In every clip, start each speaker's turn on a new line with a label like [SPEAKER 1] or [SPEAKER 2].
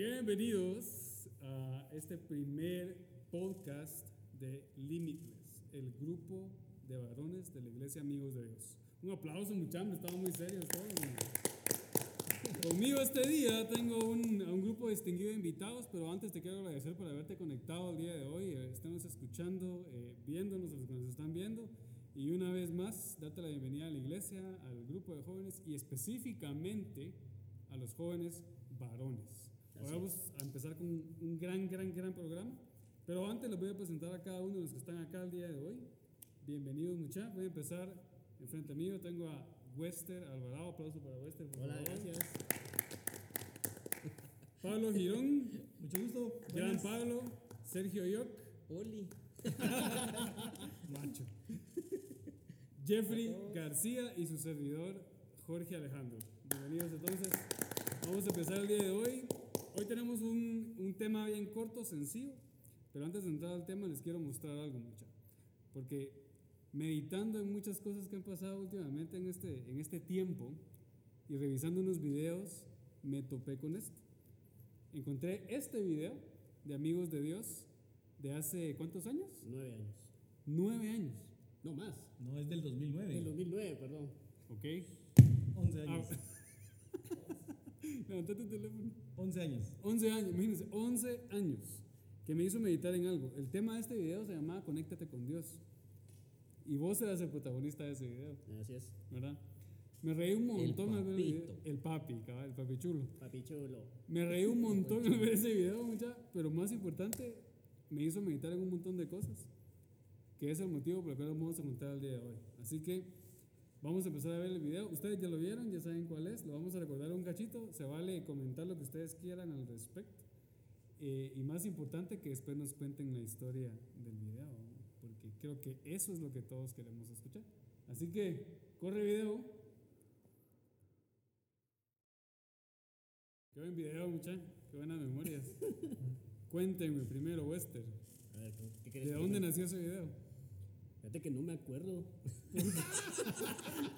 [SPEAKER 1] Bienvenidos a este primer podcast de Limitless, el grupo de varones de la Iglesia Amigos de Dios. Un aplauso, muchachos, estamos muy serios todos. man. Conmigo este día tengo un, a un grupo distinguido de invitados, pero antes te quiero agradecer por haberte conectado el día de hoy, eh, estarnos escuchando, eh, viéndonos, a los que nos están viendo. Y una vez más, darte la bienvenida a la iglesia, al grupo de jóvenes y específicamente a los jóvenes varones. Ahora vamos a empezar con un gran, gran, gran programa. Pero antes les voy a presentar a cada uno de los que están acá el día de hoy. Bienvenidos, muchachos. Voy a empezar enfrente mío. Tengo a Wester Alvarado. Aplauso para Wester. por
[SPEAKER 2] Hola,
[SPEAKER 1] favor.
[SPEAKER 2] gracias.
[SPEAKER 1] Pablo Girón.
[SPEAKER 2] Mucho gusto.
[SPEAKER 1] Gran Pablo. Sergio Yoc.
[SPEAKER 2] Oli.
[SPEAKER 1] Mancho. Jeffrey García y su servidor Jorge Alejandro. Bienvenidos entonces. Vamos a empezar el día de hoy. Hoy tenemos un, un tema bien corto, sencillo, pero antes de entrar al tema les quiero mostrar algo mucha. Porque meditando en muchas cosas que han pasado últimamente en este, en este tiempo y revisando unos videos, me topé con esto. Encontré este video de Amigos de Dios de hace cuántos años?
[SPEAKER 2] Nueve años.
[SPEAKER 1] Nueve años.
[SPEAKER 2] No más.
[SPEAKER 3] No, es del 2009.
[SPEAKER 2] Del 2009, perdón.
[SPEAKER 1] ¿Ok?
[SPEAKER 3] 11
[SPEAKER 1] Ah.
[SPEAKER 3] años.
[SPEAKER 1] Levantate el teléfono.
[SPEAKER 3] 11 años.
[SPEAKER 1] 11 años, imagínense, 11 años que me hizo meditar en algo. El tema de este video se llamaba Conéctate con Dios. Y vos eras el protagonista de ese video,
[SPEAKER 2] Así es.
[SPEAKER 1] ¿verdad? Me reí un montón al ver el video.
[SPEAKER 3] papito.
[SPEAKER 1] El papi, cabal, el papi chulo.
[SPEAKER 2] Papi chulo.
[SPEAKER 1] Me reí un montón al ver ese video, mucha, pero más importante, me hizo meditar en un montón de cosas, que es el motivo por el cual nos vamos a contar el día de hoy. Así que vamos a empezar a ver el video. Ustedes ya lo vieron, ya saben cuál es, lo vamos a recordar un cachito, se vale comentar lo que ustedes quieran al respecto. Eh, y más importante, que después nos cuenten la historia del video, porque creo que eso es lo que todos queremos escuchar. Así que, corre video. Qué buen video, mucha. Qué buenas memorias. Cuéntenme primero, Wester.
[SPEAKER 2] A ver, ¿qué- ¿qué querés?
[SPEAKER 1] ¿De dónde nació ese video?
[SPEAKER 2] Fíjate que no me acuerdo.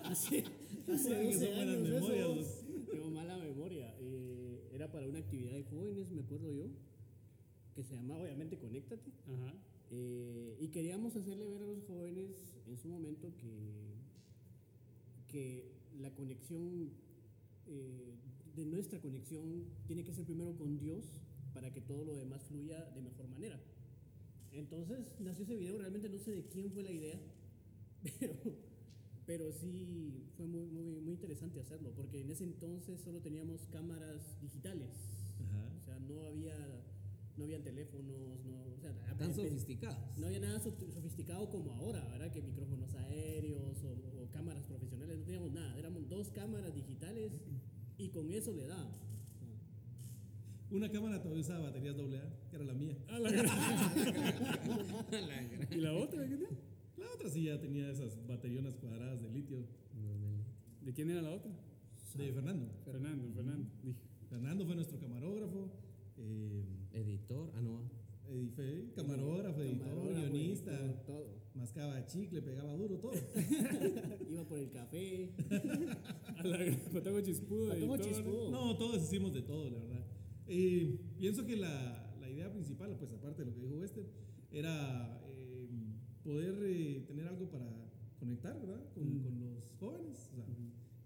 [SPEAKER 2] hace hace 12
[SPEAKER 3] Bueno, que son buenas
[SPEAKER 2] años, eso.
[SPEAKER 3] memorias, vos.
[SPEAKER 2] Tengo mala memoria. Eh, era para una actividad de jóvenes, me acuerdo yo, que se llamaba obviamente Conéctate.
[SPEAKER 1] Ajá.
[SPEAKER 2] Eh, y queríamos hacerle ver a los jóvenes en su momento que, que la conexión, eh, de nuestra conexión, tiene que ser primero con Dios para que todo lo demás fluya de mejor manera. Entonces nació ese video, realmente no sé de quién fue la idea, pero, pero sí fue muy, muy, muy interesante hacerlo, porque en ese entonces solo teníamos cámaras digitales.
[SPEAKER 3] Ajá.
[SPEAKER 2] O sea, no había, no habían teléfonos, no, o sea,
[SPEAKER 4] Tan
[SPEAKER 2] empe-
[SPEAKER 4] sofisticadas.
[SPEAKER 2] no había nada so- sofisticado como ahora, ¿verdad? Que micrófonos aéreos o, o cámaras profesionales, no teníamos nada. Éramos dos cámaras digitales y con eso le da.
[SPEAKER 3] Una cámara todavía usaba baterías AA, que era la mía.
[SPEAKER 1] Ah, la gran-
[SPEAKER 4] La gran-
[SPEAKER 1] ¿Y la otra? ¿Qué tal?
[SPEAKER 3] La otra sí ya tenía esas baterionas cuadradas de litio.
[SPEAKER 1] ¿De quién era la otra?
[SPEAKER 3] De Fernando.
[SPEAKER 1] Fernando, Fernando. Dije.
[SPEAKER 3] Fernando fue nuestro camarógrafo, eh,
[SPEAKER 4] Editor, ah, no.
[SPEAKER 3] edi- fue camarógrafo, editor,
[SPEAKER 2] Camarógrafo,
[SPEAKER 3] guionista,
[SPEAKER 2] editor, todo.
[SPEAKER 3] mascaba chicle, pegaba duro, todo.
[SPEAKER 2] Iba por el café.
[SPEAKER 1] A la gran- Patago Chispudo.
[SPEAKER 2] Patago
[SPEAKER 1] editor.
[SPEAKER 2] Chispudo.
[SPEAKER 3] No, todos hicimos de todo, la verdad. Eh, pienso que la, la idea principal, pues aparte de lo que dijo Wester, era eh, poder eh, tener algo para conectar, ¿verdad? Con, con los jóvenes, o sea,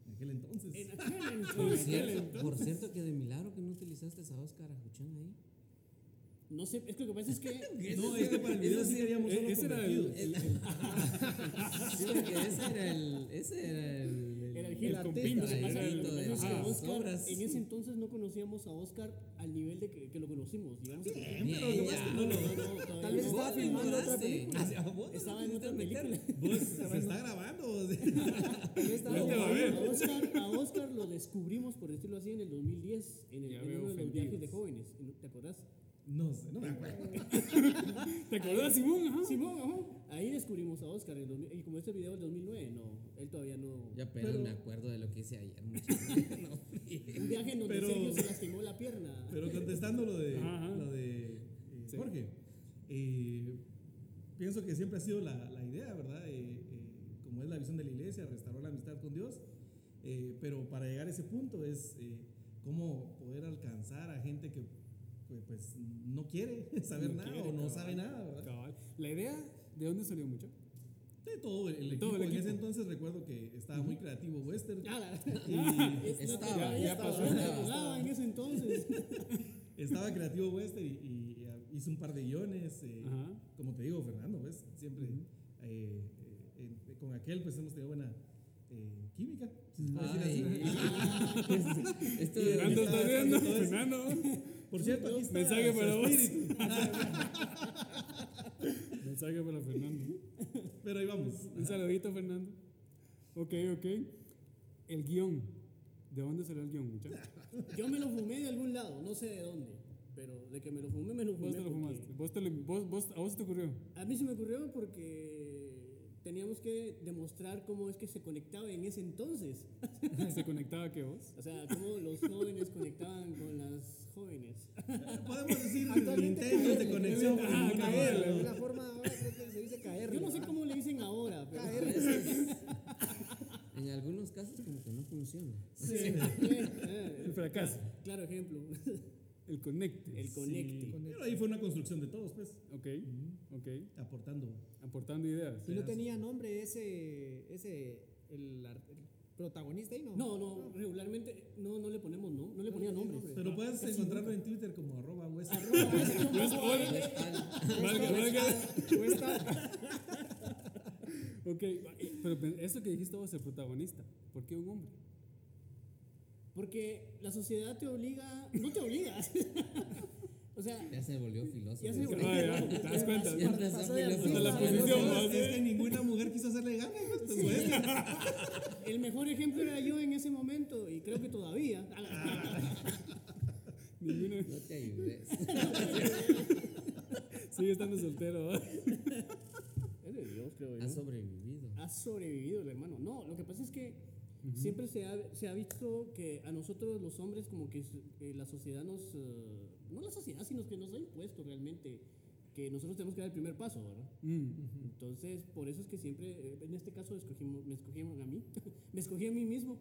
[SPEAKER 3] en aquel entonces.
[SPEAKER 2] En aquel
[SPEAKER 4] Por
[SPEAKER 2] entonces.
[SPEAKER 4] cierto, por cierto, que de milagro que no utilizaste a Oscar Ajuchán ahí.
[SPEAKER 2] No sé, es que lo que pasa es que.
[SPEAKER 3] no, es que para el video
[SPEAKER 4] Eso
[SPEAKER 3] sí
[SPEAKER 4] sí,
[SPEAKER 3] queríamos solo
[SPEAKER 1] e- ese era el-
[SPEAKER 3] convertidos.
[SPEAKER 4] El- Sí, porque ese era el. Ese era el. Ah,
[SPEAKER 2] Era el
[SPEAKER 1] El
[SPEAKER 2] Gil Arteta.
[SPEAKER 1] compinche,
[SPEAKER 2] Lo que pasa-
[SPEAKER 1] era el-
[SPEAKER 2] lo que pasa es que
[SPEAKER 1] ajá,
[SPEAKER 2] Oscar,
[SPEAKER 4] obras.
[SPEAKER 2] en ese entonces no conocíamos a Oscar al nivel de que, que lo conocimos. Digamos que-
[SPEAKER 3] Bien, pero lo
[SPEAKER 4] Ya.
[SPEAKER 3] más que no lo-
[SPEAKER 2] No, no, todavía
[SPEAKER 4] Tal vez
[SPEAKER 2] no.
[SPEAKER 4] estaba filmando otra
[SPEAKER 1] Ah,
[SPEAKER 4] película.
[SPEAKER 2] Estaba en otra película.
[SPEAKER 3] Vos, se está grabando. o sea.
[SPEAKER 1] Ya te va a ver.
[SPEAKER 2] A Oscar, a Oscar lo descubrimos, por decirlo así, en el 2010, en, el,
[SPEAKER 1] Ya
[SPEAKER 2] en
[SPEAKER 1] veo
[SPEAKER 2] uno de los
[SPEAKER 1] ofendidos.
[SPEAKER 2] viajes de jóvenes. ¿Te acordás?
[SPEAKER 3] No sé, no me acuerdo.
[SPEAKER 1] ¿Te acordás, Simón? Ah, Ajá.
[SPEAKER 2] Simón, ajá. Ahí descubrimos a Oscar. en el 2000 y como este video del 2009, no, él todavía no.
[SPEAKER 4] Yo apenas me acuerdo de lo que hice ayer. muchachos. No, hombre.
[SPEAKER 2] Un viaje en donde
[SPEAKER 3] Pero-
[SPEAKER 2] Sergio se lastimó la pierna.
[SPEAKER 3] Pero contestando lo de,
[SPEAKER 1] Ajá, ajá.
[SPEAKER 3] lo de eh,
[SPEAKER 1] Sí.
[SPEAKER 3] Jorge, eh, pienso que siempre ha sido la, la idea, ¿verdad? Eh, eh, como es la visión de la iglesia, restaurar la amistad con Dios, eh, pero para llegar a ese punto es eh, cómo poder alcanzar a gente que pues, pues, no quiere saber
[SPEAKER 1] No
[SPEAKER 3] nada
[SPEAKER 1] quiere,
[SPEAKER 3] o no
[SPEAKER 1] cabal.
[SPEAKER 3] sabe nada, ¿verdad?
[SPEAKER 1] Cabal. La idea, ¿de dónde salió mucho?
[SPEAKER 3] De todo el, el
[SPEAKER 1] De todo
[SPEAKER 3] equipo.
[SPEAKER 1] el
[SPEAKER 3] En ese
[SPEAKER 1] equipo.
[SPEAKER 3] entonces recuerdo que estaba muy creativo Western.
[SPEAKER 2] Ah, la-
[SPEAKER 3] Y
[SPEAKER 1] Este.
[SPEAKER 2] es lo que
[SPEAKER 4] Estaba,
[SPEAKER 2] había
[SPEAKER 4] ya
[SPEAKER 2] estado
[SPEAKER 4] pasó,
[SPEAKER 2] hablando,
[SPEAKER 4] estaba,
[SPEAKER 2] hablaba en ese entonces.
[SPEAKER 3] estaba creativo Western y, y, ah, hizo un par de guiones. eh,
[SPEAKER 1] Ajá.
[SPEAKER 3] como te digo, Fernando, pues siempre eh, eh, eh, con aquel pues hemos tenido buena eh, química. si se puede
[SPEAKER 4] Ah,
[SPEAKER 3] decir así.
[SPEAKER 4] y- Esto
[SPEAKER 3] Y
[SPEAKER 4] de-
[SPEAKER 1] Fernando,
[SPEAKER 3] Fernando,
[SPEAKER 1] ¿estás
[SPEAKER 3] ¿estás
[SPEAKER 1] viendo?
[SPEAKER 3] viendo?
[SPEAKER 1] Fernando.
[SPEAKER 3] Por cierto, aquí está
[SPEAKER 1] Mensaje
[SPEAKER 3] su
[SPEAKER 1] para vos.
[SPEAKER 3] espíritu.
[SPEAKER 1] Mensaje para Fernando.
[SPEAKER 3] Pero ahí vamos.
[SPEAKER 1] Un saludito, Fernando. Ok, ok. El guión. ¿De dónde salió el guión, muchacho?
[SPEAKER 2] Yo me lo fumé de algún lado, no sé de dónde, pero de que me lo fumé, me lo fumé.
[SPEAKER 1] Vos te lo
[SPEAKER 2] porque-
[SPEAKER 1] fumaste. Vos te lo- vos- vos- ¿A vos te ocurrió?
[SPEAKER 2] A mí se me ocurrió porque teníamos que demostrar cómo es que se conectaba en ese entonces.
[SPEAKER 1] ¿Se conectaba que vos?
[SPEAKER 2] O sea, cómo los jóvenes conectaban con las jóvenes.
[SPEAKER 3] Podemos decir intentos de conexión. por
[SPEAKER 1] Ah,
[SPEAKER 3] ninguna
[SPEAKER 1] caer,
[SPEAKER 3] manera,
[SPEAKER 5] De
[SPEAKER 3] ¿no?
[SPEAKER 5] la forma ahora creo que se dice caer.
[SPEAKER 2] Yo no sé cómo le dicen ahora, pero...
[SPEAKER 4] a veces, en algunos casos como que no funciona.
[SPEAKER 3] Sí.
[SPEAKER 1] El fracaso.
[SPEAKER 2] Eh, Claro ejemplo,
[SPEAKER 1] El conecte.
[SPEAKER 2] el conecte.
[SPEAKER 3] Pero ahí fue una construcción de todos, pues,
[SPEAKER 1] Ok, ok.
[SPEAKER 3] aportando.
[SPEAKER 1] Aportando ideas.
[SPEAKER 5] Y no tenía nombre ese, ese, el, ar- el protagonista ahí, ¿no?
[SPEAKER 2] No, no, regularmente no, no le ponemos, no, no le
[SPEAKER 5] No
[SPEAKER 2] ponía
[SPEAKER 5] le ponía
[SPEAKER 2] nombre.
[SPEAKER 5] nombre.
[SPEAKER 3] Pero puedes encontrarlo en Twitter como arroba West.
[SPEAKER 1] Pues,
[SPEAKER 4] Pues,
[SPEAKER 1] Valga, valga.
[SPEAKER 5] Cuesta-
[SPEAKER 1] Ok, eh, pero pe- eso que dijiste vos, el protagonista. ¿Por qué un hombre?
[SPEAKER 2] Porque la sociedad te obliga, no te obligas. o sea,
[SPEAKER 4] Ya se volvió filósofo.
[SPEAKER 2] Ah, Ya se volvió.
[SPEAKER 1] Ay, ay, ¿Te das cuenta?
[SPEAKER 4] Ya empezó
[SPEAKER 5] Pasó de
[SPEAKER 4] filósofo.
[SPEAKER 1] la
[SPEAKER 3] Pero
[SPEAKER 1] posición,
[SPEAKER 3] no,
[SPEAKER 1] ¿no?
[SPEAKER 3] es que ninguna mujer quiso hacerle ganas, pues, pues, güey.
[SPEAKER 2] el mejor ejemplo era yo en ese momento y creo que todavía. Ah,
[SPEAKER 1] Ninguno
[SPEAKER 4] No te ayudes.
[SPEAKER 1] sigue estando soltero. ¿va?
[SPEAKER 2] Es de Dios, creo
[SPEAKER 4] Ha sobrevivido.
[SPEAKER 5] Ah,
[SPEAKER 2] Ha sobrevivido el hermano. No, lo que pasa es que siempre se ha, se ha visto que a nosotros los hombres como que s- eh, la sociedad nos... eh, no la sociedad, sino que nos ha impuesto realmente que nosotros tenemos que dar el primer paso, ¿verdad?
[SPEAKER 1] Mm.
[SPEAKER 2] Entonces, por eso es que siempre, eh, en este caso, escogimos, me escogieron a mí, me escogí a mí mismo,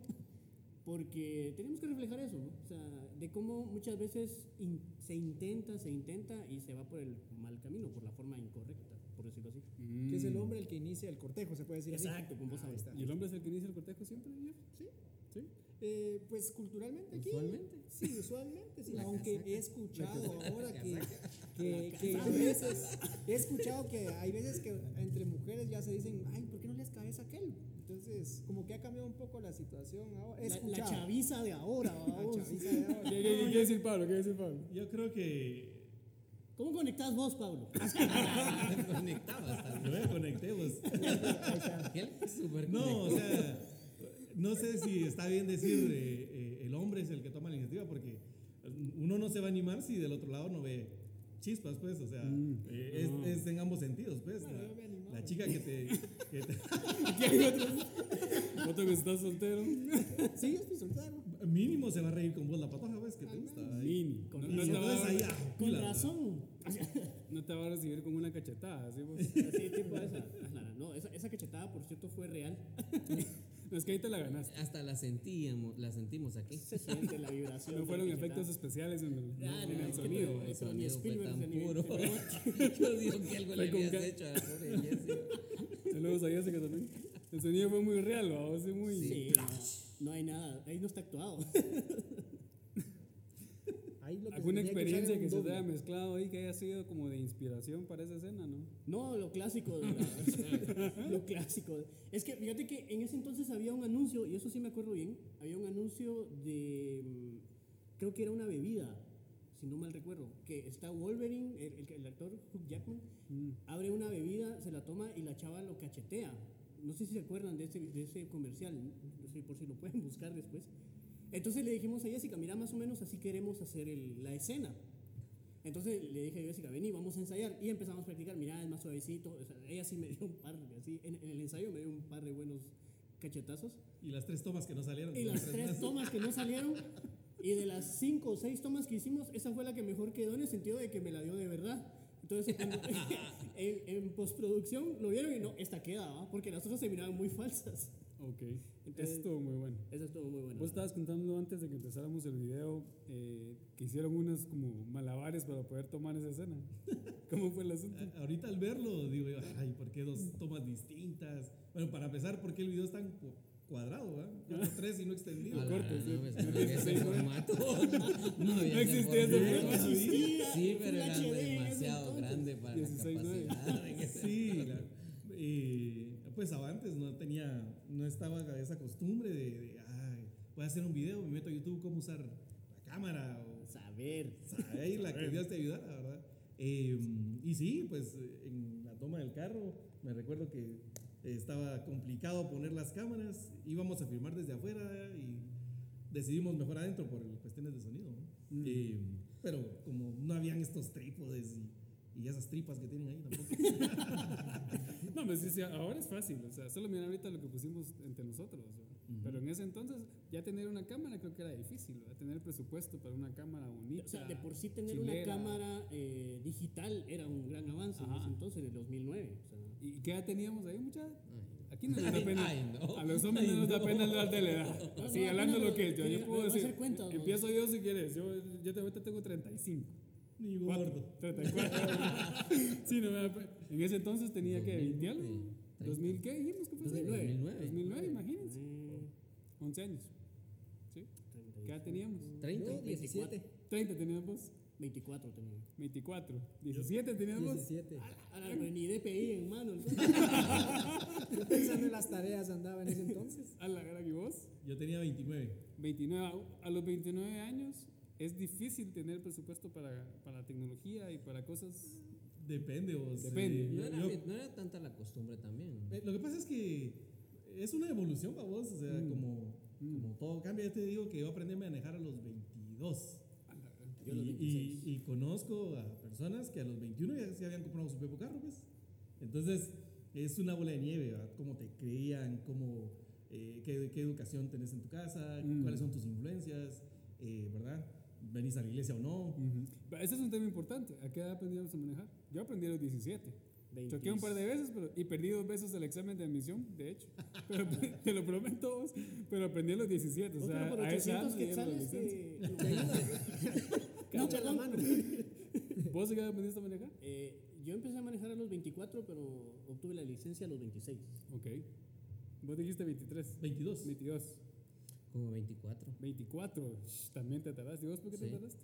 [SPEAKER 2] porque tenemos que reflejar eso, ¿no? O sea, de cómo muchas veces in- se intenta, se intenta y se va por el mal camino, por la forma incorrecta, por decirlo así.
[SPEAKER 5] que es el hombre el que inicia el cortejo, se puede decir así.
[SPEAKER 2] Mm. Exacto, con vos
[SPEAKER 5] Ahí
[SPEAKER 2] sabés.
[SPEAKER 5] está.
[SPEAKER 1] ¿Y el hombre es el que inicia el cortejo siempre? Jeff?
[SPEAKER 5] Eh, pues culturalmente aquí.
[SPEAKER 4] ¿Usualmente?
[SPEAKER 5] Sí, usualmente, sí.
[SPEAKER 4] La
[SPEAKER 5] Aunque
[SPEAKER 4] casaca.
[SPEAKER 5] he escuchado ahora que, que,
[SPEAKER 2] La
[SPEAKER 5] que a
[SPEAKER 2] casaca.
[SPEAKER 5] veces, he escuchado que hay veces que entre mujeres ya se dicen, ay, ¿por qué no les caes a aquel? Entonces, como que ha cambiado un poco la situación ahora. He
[SPEAKER 2] La, la
[SPEAKER 5] escuchado.
[SPEAKER 2] chaviza de ahora,
[SPEAKER 5] La
[SPEAKER 2] vamos.
[SPEAKER 5] chaviza de ahora.
[SPEAKER 1] ¿Qué, qué- qué quiere decir Pablo? ¿Qué quiere decir Pablo?
[SPEAKER 3] Yo creo que
[SPEAKER 2] ¿Cómo conectás vos, Pablo?
[SPEAKER 4] Conectabas
[SPEAKER 3] Yo
[SPEAKER 4] también.
[SPEAKER 3] me conecté, pues.
[SPEAKER 4] Aquel que es súper
[SPEAKER 3] No, o
[SPEAKER 4] conectado.
[SPEAKER 3] sea, no sé si está bien decir eh, eh, el hombre es el que toma la iniciativa, porque uno no se va a animar si del otro lado no ve chispas, pues, o sea,
[SPEAKER 1] Mm.
[SPEAKER 3] eh, es-
[SPEAKER 1] Ah.
[SPEAKER 3] es, en ambos sentidos, pues.
[SPEAKER 5] Bueno,
[SPEAKER 3] la,
[SPEAKER 5] yo me he animado.
[SPEAKER 3] la chica que te, que te-
[SPEAKER 1] Otro que está soltero.
[SPEAKER 5] Sí, yo estoy soltero.
[SPEAKER 3] mínimo se va a reír con vos la patoja, pues, que te gusta. ahí.
[SPEAKER 1] Mini. No,
[SPEAKER 2] Ah, Con
[SPEAKER 1] no
[SPEAKER 3] Y
[SPEAKER 1] te
[SPEAKER 3] entonces
[SPEAKER 1] va
[SPEAKER 3] ahí,
[SPEAKER 1] a,
[SPEAKER 3] ah,
[SPEAKER 2] Con
[SPEAKER 3] pila, ¿verdad?
[SPEAKER 2] razón.
[SPEAKER 1] no te va a recibir con una cachetada. ¿sí, Pues, vos?
[SPEAKER 2] Así, tipo esa. Claro, No, esa, esa cachetada, por cierto, fue real.
[SPEAKER 1] No, es que ahí te la ganaste.
[SPEAKER 4] Hasta la sentíamos, la sentimos aquí.
[SPEAKER 2] Se siente la vibración.
[SPEAKER 1] No
[SPEAKER 2] de la
[SPEAKER 1] fueron
[SPEAKER 2] cachetada.
[SPEAKER 1] efectos especiales en el,
[SPEAKER 2] Ah,
[SPEAKER 1] en
[SPEAKER 2] no,
[SPEAKER 1] el
[SPEAKER 2] es que
[SPEAKER 1] sonido.
[SPEAKER 2] te-
[SPEAKER 1] ¿va?
[SPEAKER 2] es-
[SPEAKER 4] El
[SPEAKER 2] pero ni
[SPEAKER 4] sonido fue
[SPEAKER 2] Spielberg se
[SPEAKER 4] tan
[SPEAKER 2] ni-
[SPEAKER 4] puro. Yo digo que algo
[SPEAKER 1] Fue
[SPEAKER 4] le
[SPEAKER 1] con
[SPEAKER 4] habías
[SPEAKER 1] ca-
[SPEAKER 4] hecho a la pobre Jessie.
[SPEAKER 1] Saludos a Jessica también. El sonido fue muy real, ¿va? Sí, muy.
[SPEAKER 2] Sí, no, no hay nada. Ahí no está actuado.
[SPEAKER 5] Ahí lo que
[SPEAKER 1] ¿Alguna
[SPEAKER 5] tenía
[SPEAKER 1] experiencia
[SPEAKER 5] echar
[SPEAKER 1] que
[SPEAKER 5] era
[SPEAKER 1] se
[SPEAKER 5] un
[SPEAKER 1] te haya
[SPEAKER 5] doble.
[SPEAKER 1] mezclado ahí que haya sido como de inspiración para esa escena, no?
[SPEAKER 2] No, lo clásico. de la- lo clásico. Es que fíjate que en ese entonces había un anuncio, y eso sí me acuerdo bien. Había un anuncio de. mm, Creo que era una bebida, si no mal recuerdo. Que está Wolverine, el, el- el actor Hugh Jackman,
[SPEAKER 1] Mm,
[SPEAKER 2] abre una bebida, se la toma y la chava lo cachetea. No sé si se acuerdan de ese, de ese comercial, no sé por si lo pueden buscar después. Entonces le dijimos a Jessica, mira, más o menos así queremos hacer el- la escena. Entonces le dije a Jessica, vení, vamos a ensayar. Y empezamos a practicar, mira, es más suavecito. O sea, ella sí me dio un par, de- así, en, en el ensayo me dio un par de buenos cachetazos.
[SPEAKER 3] Y las tres tomas que no salieron.
[SPEAKER 2] Y
[SPEAKER 3] ¿no?
[SPEAKER 2] las
[SPEAKER 3] Tres
[SPEAKER 2] tres
[SPEAKER 3] más.
[SPEAKER 2] tomas que no salieron, y de las cinco o seis tomas que hicimos, esa fue la que mejor quedó en el sentido de que me la dio de verdad. Entonces, cuando- en, en postproducción lo vieron y no, esta queda, ¿va? porque las otras se miraban muy falsas. Pues,
[SPEAKER 1] Ok.
[SPEAKER 2] Entonces-
[SPEAKER 1] Esto muy bueno.
[SPEAKER 2] Eso estuvo muy bueno.
[SPEAKER 1] Vos estabas contando antes de que empezáramos el video eh, que hicieron unas como malabares para poder tomar esa escena. ¿Cómo fue el asunto?
[SPEAKER 3] A- Ahorita al verlo, digo yo, ay, ¿por qué dos tomas distintas? Bueno, para empezar, ¿por qué el video es tan cu- cuadrado, ¿verdad? Cuatro, tres y no extendido.
[SPEAKER 4] No, no,
[SPEAKER 1] corto, sí.
[SPEAKER 4] no, pues, no había ese formato. No había
[SPEAKER 1] No
[SPEAKER 4] ese
[SPEAKER 1] existía ese
[SPEAKER 4] formato.
[SPEAKER 1] formato.
[SPEAKER 4] Sí, pero
[SPEAKER 2] Full
[SPEAKER 4] era
[SPEAKER 2] HD en ese
[SPEAKER 4] demasiado
[SPEAKER 2] entonces.
[SPEAKER 4] grande para la
[SPEAKER 1] 16:9.
[SPEAKER 4] capacidad. en ese
[SPEAKER 3] Sí,
[SPEAKER 4] entonces.
[SPEAKER 3] la- eh, pues antes no tenía, no estaba esa costumbre de, de, ay, voy a hacer un video, me meto a YouTube, cómo usar la cámara o
[SPEAKER 2] Saber.
[SPEAKER 3] ahí la que Dios te ayudara, ¿verdad? Eh, y sí, pues eh, en la toma del carro, me recuerdo que eh, estaba complicado poner las cámaras, íbamos a filmar desde afuera y decidimos mejor adentro por cuestiones de sonido. ¿no?
[SPEAKER 1] Mm.
[SPEAKER 3] Eh, pero como no habían estos trípodes y, y esas tripas que tienen ahí tampoco.
[SPEAKER 1] No, pues sí, sí, ahora es fácil. O sea, solo mirar ahorita lo que pusimos entre nosotros. ¿verdad?
[SPEAKER 3] Ujú.
[SPEAKER 1] Pero en ese entonces, ya tener una cámara creo que era difícil. ¿verdad? Tener presupuesto para una cámara bonita.
[SPEAKER 2] O sea, de por sí tener una
[SPEAKER 1] chilera.
[SPEAKER 2] cámara eh, digital era un gran avance en
[SPEAKER 1] Ajá.
[SPEAKER 2] ese entonces, en el 2009. o sea.
[SPEAKER 1] ¿Y qué edad teníamos ahí, muchachos?
[SPEAKER 4] Ay,
[SPEAKER 1] Aquí no nos da pena.
[SPEAKER 4] Ay, no.
[SPEAKER 1] A los hombres no nos da
[SPEAKER 4] no.
[SPEAKER 1] pena hablar de la edad.
[SPEAKER 2] No,
[SPEAKER 1] Así,
[SPEAKER 2] no,
[SPEAKER 1] hablando
[SPEAKER 2] no,
[SPEAKER 1] lo que yo,
[SPEAKER 2] mira,
[SPEAKER 1] yo puedo
[SPEAKER 2] voy a hacer
[SPEAKER 1] decir.
[SPEAKER 2] cuenta, vos.
[SPEAKER 1] Empiezo yo si quieres. Yo, yo te- ahorita tengo 35.
[SPEAKER 3] Ni
[SPEAKER 1] Cuatro, 34. sí, no, me da pe- en ese entonces tenía que 20 algo.
[SPEAKER 4] 2009.
[SPEAKER 1] 2000 qué dijimos que fue ese?
[SPEAKER 4] 2009.
[SPEAKER 1] 2009, imagínense.
[SPEAKER 2] Eh,
[SPEAKER 1] 11 años. ¿Qué edad teníamos?
[SPEAKER 4] 30,
[SPEAKER 2] Yo, 24,
[SPEAKER 1] 30 teníamos,
[SPEAKER 2] 24 tenía.
[SPEAKER 1] 24, 17 teníamos.
[SPEAKER 4] 17.
[SPEAKER 2] Ahora, pero ni DPI en mano. el-
[SPEAKER 5] Yo pensando en las tareas andaba en ese entonces.
[SPEAKER 1] A la gran y vos.
[SPEAKER 3] Yo tenía 29.
[SPEAKER 1] 29, a- a los 29 años es difícil tener presupuesto para, para tecnología y para cosas.
[SPEAKER 3] Depende vos.
[SPEAKER 1] Depende.
[SPEAKER 3] Eh,
[SPEAKER 4] No era,
[SPEAKER 3] yo-
[SPEAKER 4] no era tanta la costumbre también.
[SPEAKER 3] eh, lo que pasa es que es una evolución para vos, o sea,
[SPEAKER 1] Mm.
[SPEAKER 3] como,
[SPEAKER 1] Mm.
[SPEAKER 3] como todo cambia. Yo te digo que yo aprendí a manejar a los 22.
[SPEAKER 1] a la gran-
[SPEAKER 2] Yo los
[SPEAKER 3] y,
[SPEAKER 2] 26.
[SPEAKER 3] y- y conozco a personas que a los 21 ya se habían comprado su propio carro, pues. Entonces, es una bola de nieve, ¿verdad? Cómo te creían, cómo, eh, qué, qué educación tenés en tu casa,
[SPEAKER 1] Mm.
[SPEAKER 3] cuáles son tus influencias, eh, ¿verdad? ¿Venís a la iglesia o no?
[SPEAKER 1] Ujú. Pero Ese es un tema importante. ¿A qué edad aprendíamos a manejar? Yo aprendí a los 17.
[SPEAKER 2] 20.
[SPEAKER 1] Choqué un par de veces pero, y perdí dos veces el examen de admisión, de hecho. Pero, te lo prometo vos, pero aprendí a los 17. O
[SPEAKER 2] Vos, pero
[SPEAKER 1] sea,
[SPEAKER 2] por
[SPEAKER 1] a esa edad
[SPEAKER 2] 800
[SPEAKER 1] me dieron la
[SPEAKER 2] quetzales
[SPEAKER 1] licencia.
[SPEAKER 2] te- te ayuda. No, perdón.
[SPEAKER 1] ¿Vos a qué edad aprendiste a manejar?
[SPEAKER 2] Eh, yo empecé a manejar a los 24, pero obtuve la licencia a los 26.
[SPEAKER 1] Ok. Vos dijiste 23.
[SPEAKER 3] 22.
[SPEAKER 1] 22.
[SPEAKER 4] Como 24.
[SPEAKER 1] 24. Shh, también te tardaste. ¿Y vos por qué te
[SPEAKER 4] Sí.
[SPEAKER 1] tardaste?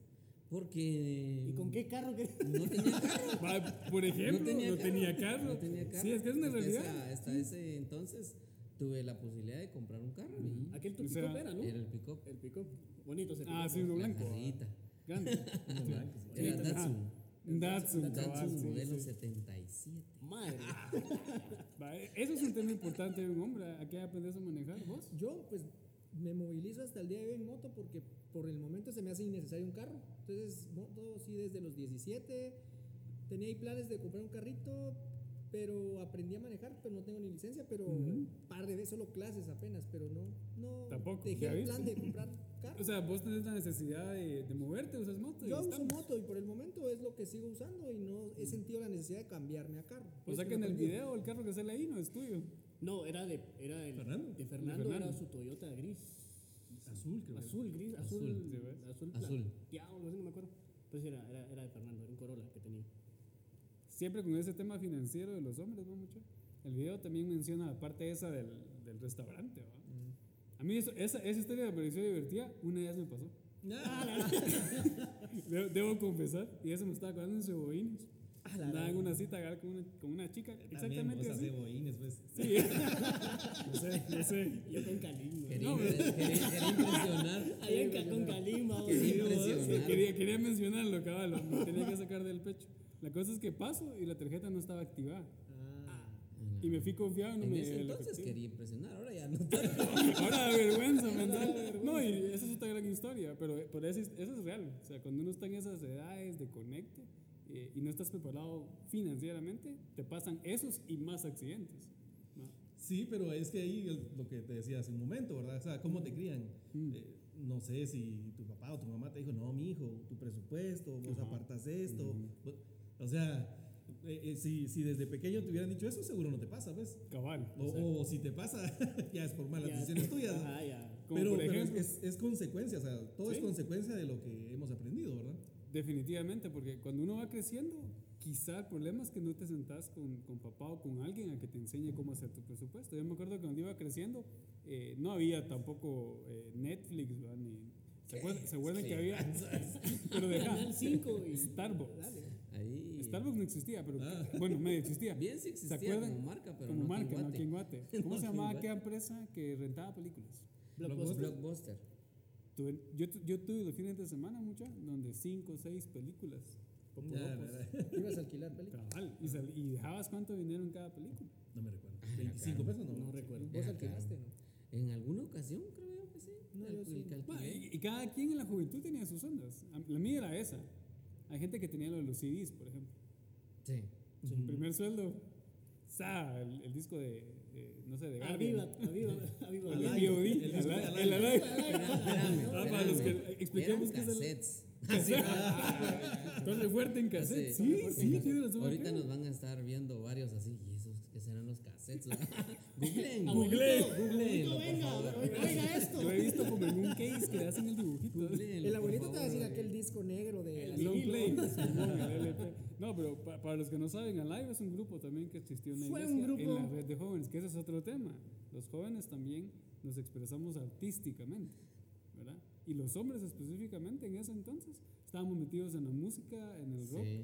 [SPEAKER 4] Porque.
[SPEAKER 2] ¿Y con qué carro? que-
[SPEAKER 4] No tenía carro.
[SPEAKER 1] Va, por ejemplo, no tenía,
[SPEAKER 4] carro.
[SPEAKER 1] carro.
[SPEAKER 4] No tenía carro.
[SPEAKER 1] Sí, es que es una
[SPEAKER 4] Hasta
[SPEAKER 1] realidad.
[SPEAKER 4] esa- hasta ese entonces tuve la posibilidad de comprar un carro. y
[SPEAKER 2] Aquel tu
[SPEAKER 1] O sea,
[SPEAKER 2] pick-up era, ¿no?
[SPEAKER 4] Era el pick-up.
[SPEAKER 2] El pick-up. Bonito ese
[SPEAKER 1] Ah,
[SPEAKER 2] pick-up.
[SPEAKER 1] sí, uno
[SPEAKER 4] La
[SPEAKER 1] blanco. ah,
[SPEAKER 4] carrerita.
[SPEAKER 1] Grande.
[SPEAKER 3] Uno blanco, sí.
[SPEAKER 4] Era
[SPEAKER 1] Sí,
[SPEAKER 4] Datsun.
[SPEAKER 1] Un Datsun, cabal,
[SPEAKER 4] Datsun
[SPEAKER 1] sí,
[SPEAKER 4] modelo
[SPEAKER 1] sí.
[SPEAKER 4] 77.
[SPEAKER 2] Madre.
[SPEAKER 1] Va, eh, Eso es un tema importante de un hombre. ¿A qué aprendes a manejar vos?
[SPEAKER 5] Yo, pues, me movilizo hasta el día de hoy en moto porque por el momento se me hace innecesario un carro. Entonces, moto sí desde los 17. Tenía ahí planes de comprar un carrito, pero aprendí a manejar, pero no tengo ni licencia, pero
[SPEAKER 1] Ujú.
[SPEAKER 5] par de veces, solo clases apenas, pero no, no
[SPEAKER 1] Tampoco,
[SPEAKER 5] dejé
[SPEAKER 1] ¿ya
[SPEAKER 5] el
[SPEAKER 1] viste?
[SPEAKER 5] plan de comprar carro.
[SPEAKER 1] O sea, vos tenés la necesidad de, de moverte, usas moto. y
[SPEAKER 5] Yo uso
[SPEAKER 1] estamos.
[SPEAKER 5] moto y por el momento es lo que sigo usando y no he sentido la necesidad de cambiarme a carro.
[SPEAKER 1] O sea
[SPEAKER 5] Eso
[SPEAKER 1] que en
[SPEAKER 5] lo
[SPEAKER 1] el
[SPEAKER 5] aprendí.
[SPEAKER 1] video el carro que sale ahí no es tuyo.
[SPEAKER 2] No, era de, era el-
[SPEAKER 3] Fernando.
[SPEAKER 2] de Fernando,
[SPEAKER 1] De Fernando.
[SPEAKER 2] era su Toyota gris.
[SPEAKER 3] Azul, creo. que era.
[SPEAKER 2] Azul, gris, azul.
[SPEAKER 4] Azul,
[SPEAKER 1] sí, ¿ves?
[SPEAKER 2] Azul,
[SPEAKER 4] Azul.
[SPEAKER 2] plateado, algo así, no me acuerdo. Pues era, era, era de Fernando, era un Corolla que tenía.
[SPEAKER 1] Siempre con ese tema financiero de los hombres, ¿no, mucho? El video también menciona la parte esa del, del restaurante, ¿va?
[SPEAKER 4] Mm.
[SPEAKER 1] A mí eso- esa, esa historia me pareció divertida, una vez me pasó. De- debo confesar, y eso me estaba acordando en Cebollines. Andaba en una cita cabal, con una, con una chica,
[SPEAKER 3] También, vos
[SPEAKER 1] exactamente así.
[SPEAKER 3] haces bohines, pues.
[SPEAKER 1] Sí. no sé, no sé.
[SPEAKER 2] Yo con Calima.
[SPEAKER 4] Quería,
[SPEAKER 1] No,
[SPEAKER 4] impre- quería- quería impresionar.
[SPEAKER 2] Allá en Ca- con Calima.
[SPEAKER 4] Quería
[SPEAKER 1] Sí,
[SPEAKER 4] impresionar.
[SPEAKER 1] quería, quería mencionarlo, cabal, me tenía que sacar del pecho. La cosa es que paso y la tarjeta no estaba activada.
[SPEAKER 5] Ah,
[SPEAKER 1] Ah. Y me fui confiado y no
[SPEAKER 4] en
[SPEAKER 1] me el
[SPEAKER 4] ese entonces
[SPEAKER 1] efectivo.
[SPEAKER 4] quería impresionar, ahora ya no tanto.
[SPEAKER 1] Ahora da vergüenza, mental. No, y esa es otra gran historia, pero, pero eso, es- eso es real. O sea, cuando uno está en esas edades de conecte eh, y no estás preparado financieramente, te pasan esos y más accidentes. ¿no?
[SPEAKER 3] Sí, pero es que ahí es lo que te decía hace un momento, ¿verdad? O sea, ¿cómo te crían?
[SPEAKER 1] Mm.
[SPEAKER 3] Eh, no sé si tu papá o tu mamá te dijo, no, mi hijo, tu presupuesto, vos
[SPEAKER 1] Ajá.
[SPEAKER 3] apartas esto.
[SPEAKER 1] Ujú.
[SPEAKER 3] vos-". O sea, eh, eh, si, si desde pequeño te hubieran dicho eso, seguro no te pasa, ¿ves?
[SPEAKER 1] Cabal.
[SPEAKER 3] O, o si te pasa, ya es por malas
[SPEAKER 2] Ya-
[SPEAKER 3] decisiones tuyas.
[SPEAKER 2] Ajá, ya.
[SPEAKER 1] Como
[SPEAKER 3] Pero,
[SPEAKER 1] por
[SPEAKER 3] pero es,
[SPEAKER 1] ejemplo-
[SPEAKER 3] es- es consecuencia, o sea, todo es
[SPEAKER 1] Sí.
[SPEAKER 3] consecuencia de lo que hemos aprendido, ¿verdad?
[SPEAKER 1] Definitivamente, porque cuando uno va creciendo, quizá el problema es que no te sentás con, con papá o con alguien a que te enseñe cómo hacer tu presupuesto. Yo me acuerdo que cuando iba creciendo, eh, no había tampoco eh, Netflix, ¿verdad? Ni, ¿Se acuerdan, se acuerdan que había? Pero
[SPEAKER 2] Canal
[SPEAKER 1] deja,
[SPEAKER 2] 5 y.
[SPEAKER 1] Starbucks.
[SPEAKER 2] Dale.
[SPEAKER 4] Ahí.
[SPEAKER 1] Starbucks no existía, pero
[SPEAKER 3] Ah.
[SPEAKER 1] bueno, medio existía.
[SPEAKER 4] Bien sí existía
[SPEAKER 1] acuerdan?
[SPEAKER 4] como marca, pero
[SPEAKER 1] como
[SPEAKER 4] no
[SPEAKER 1] marca,
[SPEAKER 4] con
[SPEAKER 1] ¿no? aquí
[SPEAKER 4] guate.
[SPEAKER 1] en Guate. ¿Cómo
[SPEAKER 4] No,
[SPEAKER 1] se
[SPEAKER 4] aquí en
[SPEAKER 1] llamaba
[SPEAKER 4] Guate.
[SPEAKER 1] aquella empresa que rentaba películas?
[SPEAKER 2] Blockbuster.
[SPEAKER 4] Blockbuster.
[SPEAKER 1] Tuve- yo, tu- yo tuve los fines de semana, mucha, donde cinco o seis películas. Poco
[SPEAKER 3] Ya,
[SPEAKER 1] locos.
[SPEAKER 3] ¿verdad?
[SPEAKER 5] Ibas a alquilar películas.
[SPEAKER 1] Cabal. Y, sal- y dejabas cuánto dinero en cada película.
[SPEAKER 3] No me recuerdo.
[SPEAKER 4] Ah, era
[SPEAKER 3] 25
[SPEAKER 4] caro.
[SPEAKER 3] pesos, no.
[SPEAKER 2] No recuerdo.
[SPEAKER 5] Vos
[SPEAKER 4] Era
[SPEAKER 5] alquilaste, ¿no?
[SPEAKER 4] En alguna ocasión, creo yo que sí.
[SPEAKER 5] No,
[SPEAKER 4] Al-
[SPEAKER 5] yo sí.
[SPEAKER 4] el que
[SPEAKER 1] Bueno,
[SPEAKER 4] alquilé.
[SPEAKER 1] y, y cada quien en la juventud tenía sus ondas. A- La mía era esa. Hay gente que tenía lo de los CDs, por ejemplo.
[SPEAKER 4] Sí.
[SPEAKER 1] Su primer sueldo, sa, el, el disco de, de, no sé, de
[SPEAKER 2] Aviva,
[SPEAKER 1] Guardian.
[SPEAKER 2] aviva, aviva.
[SPEAKER 1] El
[SPEAKER 3] Alive.
[SPEAKER 1] VOD,
[SPEAKER 3] El disco de
[SPEAKER 1] Alive,
[SPEAKER 3] Alive.
[SPEAKER 1] el Alive.
[SPEAKER 4] Espérame, espérame,
[SPEAKER 1] Ah, para los que
[SPEAKER 4] espérame.
[SPEAKER 1] expliquemos qué
[SPEAKER 4] Eran
[SPEAKER 1] es el-
[SPEAKER 4] cassettes.
[SPEAKER 1] Torre fuerte en cassette.
[SPEAKER 4] Cassette.
[SPEAKER 1] Sí,
[SPEAKER 4] Torre
[SPEAKER 1] sí, tiene
[SPEAKER 4] fuerte en cassette.
[SPEAKER 1] razón. ¿eh?
[SPEAKER 4] Ahorita
[SPEAKER 1] Alfredo.
[SPEAKER 4] nos van a estar viendo varios así. ¿Y esos qué serán los cassettes? Googleen.
[SPEAKER 2] Google,
[SPEAKER 4] Googleenlo, por
[SPEAKER 2] venga,
[SPEAKER 4] favor.
[SPEAKER 2] oiga esto.
[SPEAKER 1] Yo he visto como en un case que hacen el dibujito.
[SPEAKER 4] Googleenlo,
[SPEAKER 5] El abuelito
[SPEAKER 4] por
[SPEAKER 5] te va a decir
[SPEAKER 4] favor.
[SPEAKER 5] aquel disco negro de.
[SPEAKER 2] El
[SPEAKER 5] la-
[SPEAKER 1] Long
[SPEAKER 2] vinilo.
[SPEAKER 1] play. Simón, el LP. No, pero pa- para los que no saben, Alive es un grupo también que existió en la
[SPEAKER 2] Fue
[SPEAKER 1] iglesia,
[SPEAKER 2] un grupo-
[SPEAKER 1] en la red de jóvenes, que ese es otro tema. Los jóvenes también nos expresamos artísticamente, ¿verdad? Y los hombres específicamente en ese entonces estábamos metidos en la música, en el rock.
[SPEAKER 4] Sí.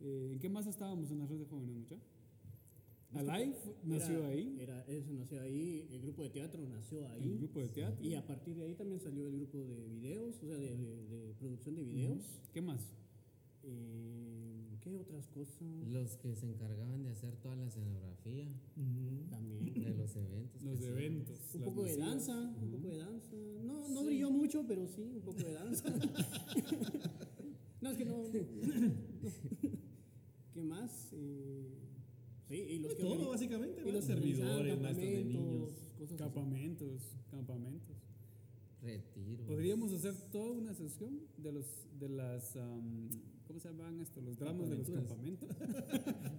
[SPEAKER 1] Eh, ¿En qué más estábamos en la red de jóvenes, muchachos? Alive nació
[SPEAKER 2] Era-
[SPEAKER 1] ahí,
[SPEAKER 2] Era, eso nació ahí, el grupo de teatro nació ahí.
[SPEAKER 1] el grupo de teatro.
[SPEAKER 2] Y a partir de ahí también salió el grupo de videos, o sea, de, de- de producción de videos.
[SPEAKER 1] ¿Qué más?
[SPEAKER 2] Eh, ¿Qué otras cosas?
[SPEAKER 4] Los que se encargaban de hacer toda la escenografía
[SPEAKER 2] También.
[SPEAKER 4] de los eventos.
[SPEAKER 1] Los
[SPEAKER 4] que hacían.
[SPEAKER 1] eventos.
[SPEAKER 2] Un
[SPEAKER 1] las
[SPEAKER 2] poco de
[SPEAKER 1] masivas.
[SPEAKER 2] danza, un
[SPEAKER 4] Ujú.
[SPEAKER 2] poco de danza. No, no
[SPEAKER 4] Sí.
[SPEAKER 2] brilló mucho, pero sí, un poco de danza. no, es que no. no. ¿Qué más? Eh, sí, y los que organi-
[SPEAKER 3] Todo, básicamente.
[SPEAKER 2] y
[SPEAKER 3] ¿verdad?
[SPEAKER 2] los que organizaban
[SPEAKER 3] servidores, maestros de
[SPEAKER 2] campamentos,
[SPEAKER 3] niños.
[SPEAKER 2] cosas así.
[SPEAKER 1] Campamentos, campamentos.
[SPEAKER 4] Retiros.
[SPEAKER 1] Podríamos hacer toda una sesión de los de las am, ¿cómo se llaman esto? Los dramas de los campamentos.
[SPEAKER 3] Aventuras.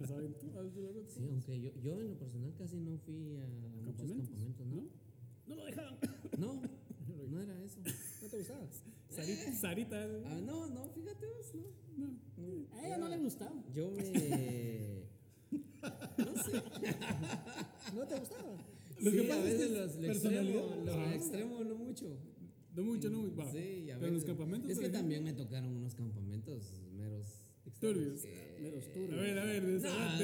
[SPEAKER 1] las aventuras de los
[SPEAKER 4] Sí, aunque yo, yo en lo personal casi no fui a muchos
[SPEAKER 1] campamentos,
[SPEAKER 4] campamentos, ¿no?
[SPEAKER 2] No lo dejaban.
[SPEAKER 4] No, no era eso.
[SPEAKER 5] ¿No te gustabas?
[SPEAKER 1] Sarita, Sarita, eh.
[SPEAKER 4] Ah, no, no, fíjate vos, no. no.
[SPEAKER 2] A ella no le gustaba.
[SPEAKER 4] Yo me. No sé.
[SPEAKER 5] ¿No te gustaba?
[SPEAKER 3] Lo
[SPEAKER 4] sí,
[SPEAKER 3] que pasa
[SPEAKER 4] a
[SPEAKER 3] es que es
[SPEAKER 4] veces los, lo
[SPEAKER 3] personalidad.
[SPEAKER 4] extremo, lo
[SPEAKER 1] Ajá.
[SPEAKER 4] extremo no mucho.
[SPEAKER 1] no mucho, no mucho. va.
[SPEAKER 4] Sí, a
[SPEAKER 1] Pero en los
[SPEAKER 4] veces-
[SPEAKER 1] campamentos
[SPEAKER 4] Es que
[SPEAKER 1] por ejemplo,
[SPEAKER 4] también me tocaron unos campamentos meros.
[SPEAKER 1] turbios.
[SPEAKER 4] eh,
[SPEAKER 2] Meros
[SPEAKER 1] A
[SPEAKER 2] turbios.
[SPEAKER 1] ver, a ver, desahogate,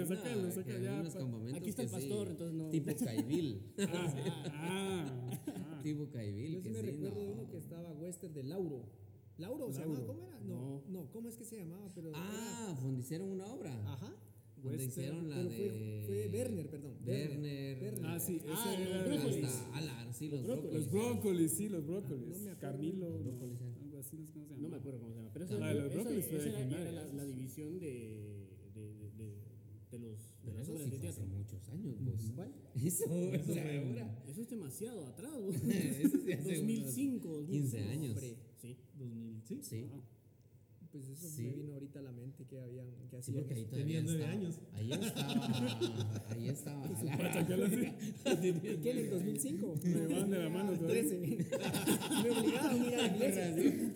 [SPEAKER 1] desahogate, sacalo,
[SPEAKER 4] Ah, no,
[SPEAKER 1] saca
[SPEAKER 4] que
[SPEAKER 1] ya.
[SPEAKER 4] unos
[SPEAKER 1] pa-
[SPEAKER 4] campamentos
[SPEAKER 2] Aquí está el
[SPEAKER 4] que sí,
[SPEAKER 2] pastor, entonces no.
[SPEAKER 4] Tipo Caibil.
[SPEAKER 1] Ah, ah, ah.
[SPEAKER 4] tipo Caibil.
[SPEAKER 5] Yo sí
[SPEAKER 4] que
[SPEAKER 5] me
[SPEAKER 4] sí,
[SPEAKER 5] recuerdo de
[SPEAKER 4] no.
[SPEAKER 5] uno que estaba western de Lauro. ¿Lauro se
[SPEAKER 1] Lauro.
[SPEAKER 5] llamaba? ¿Cómo era? No, no, ¿cómo es que se llamaba? Pero era-
[SPEAKER 4] Ah, cuando hicieron una obra.
[SPEAKER 5] Ajá.
[SPEAKER 4] Cuando
[SPEAKER 1] Western,
[SPEAKER 4] hicieron la
[SPEAKER 5] Ah, Pero
[SPEAKER 4] de.
[SPEAKER 5] fue, fue Werner, perdón.
[SPEAKER 4] Werner.
[SPEAKER 5] Werner.
[SPEAKER 1] Ah, sí, ese
[SPEAKER 2] Ah, los
[SPEAKER 1] era-
[SPEAKER 2] brócolis.
[SPEAKER 4] Hasta Alar, sí, los,
[SPEAKER 2] brócolis.
[SPEAKER 1] Los
[SPEAKER 4] brócolis.
[SPEAKER 1] brócolis, sí, los brócolis.
[SPEAKER 5] No me acuerdo.
[SPEAKER 1] Carnilo,
[SPEAKER 4] Los
[SPEAKER 1] no,
[SPEAKER 4] brócolis, eh.
[SPEAKER 1] algo así, no sé cómo se
[SPEAKER 2] No me
[SPEAKER 1] llama.
[SPEAKER 2] acuerdo cómo se llama. Pero esa,
[SPEAKER 1] Ah, los
[SPEAKER 2] esa-
[SPEAKER 1] brócolis fue
[SPEAKER 2] esa era,
[SPEAKER 1] legendaria.
[SPEAKER 2] era la, la división de, de, de, de, de los, de
[SPEAKER 4] Pero
[SPEAKER 2] las
[SPEAKER 4] eso
[SPEAKER 2] obras
[SPEAKER 4] sí
[SPEAKER 2] de
[SPEAKER 4] fue hace
[SPEAKER 2] teatro.
[SPEAKER 4] muchos años, vos.
[SPEAKER 5] Bueno,
[SPEAKER 4] Eso,
[SPEAKER 3] Eso
[SPEAKER 4] eso
[SPEAKER 3] fue
[SPEAKER 4] fue
[SPEAKER 3] en-
[SPEAKER 4] ahora.
[SPEAKER 2] Eso es demasiado atrás, vos.
[SPEAKER 4] Eso sí hace unos
[SPEAKER 2] 2005,
[SPEAKER 4] 15
[SPEAKER 2] 2006.
[SPEAKER 4] años.
[SPEAKER 5] Hombre.
[SPEAKER 2] Sí.
[SPEAKER 3] 2000, sí.
[SPEAKER 4] Sí,
[SPEAKER 1] Ah.
[SPEAKER 5] pues eso
[SPEAKER 4] Sí.
[SPEAKER 5] me vino ahorita a la mente que habían que
[SPEAKER 4] sí,
[SPEAKER 5] hacían
[SPEAKER 4] porque ahí
[SPEAKER 5] eso.
[SPEAKER 4] todavía
[SPEAKER 3] Tenía nueve
[SPEAKER 4] estaba.
[SPEAKER 3] años.
[SPEAKER 4] Ahí estaba. Ahí estaba.
[SPEAKER 1] Sácalo así.
[SPEAKER 5] ¿Y ¿Qué en el 2005?
[SPEAKER 1] Me van de la mano
[SPEAKER 5] A los
[SPEAKER 1] todavía.
[SPEAKER 5] 13. me obligaban a ir a la iglesia.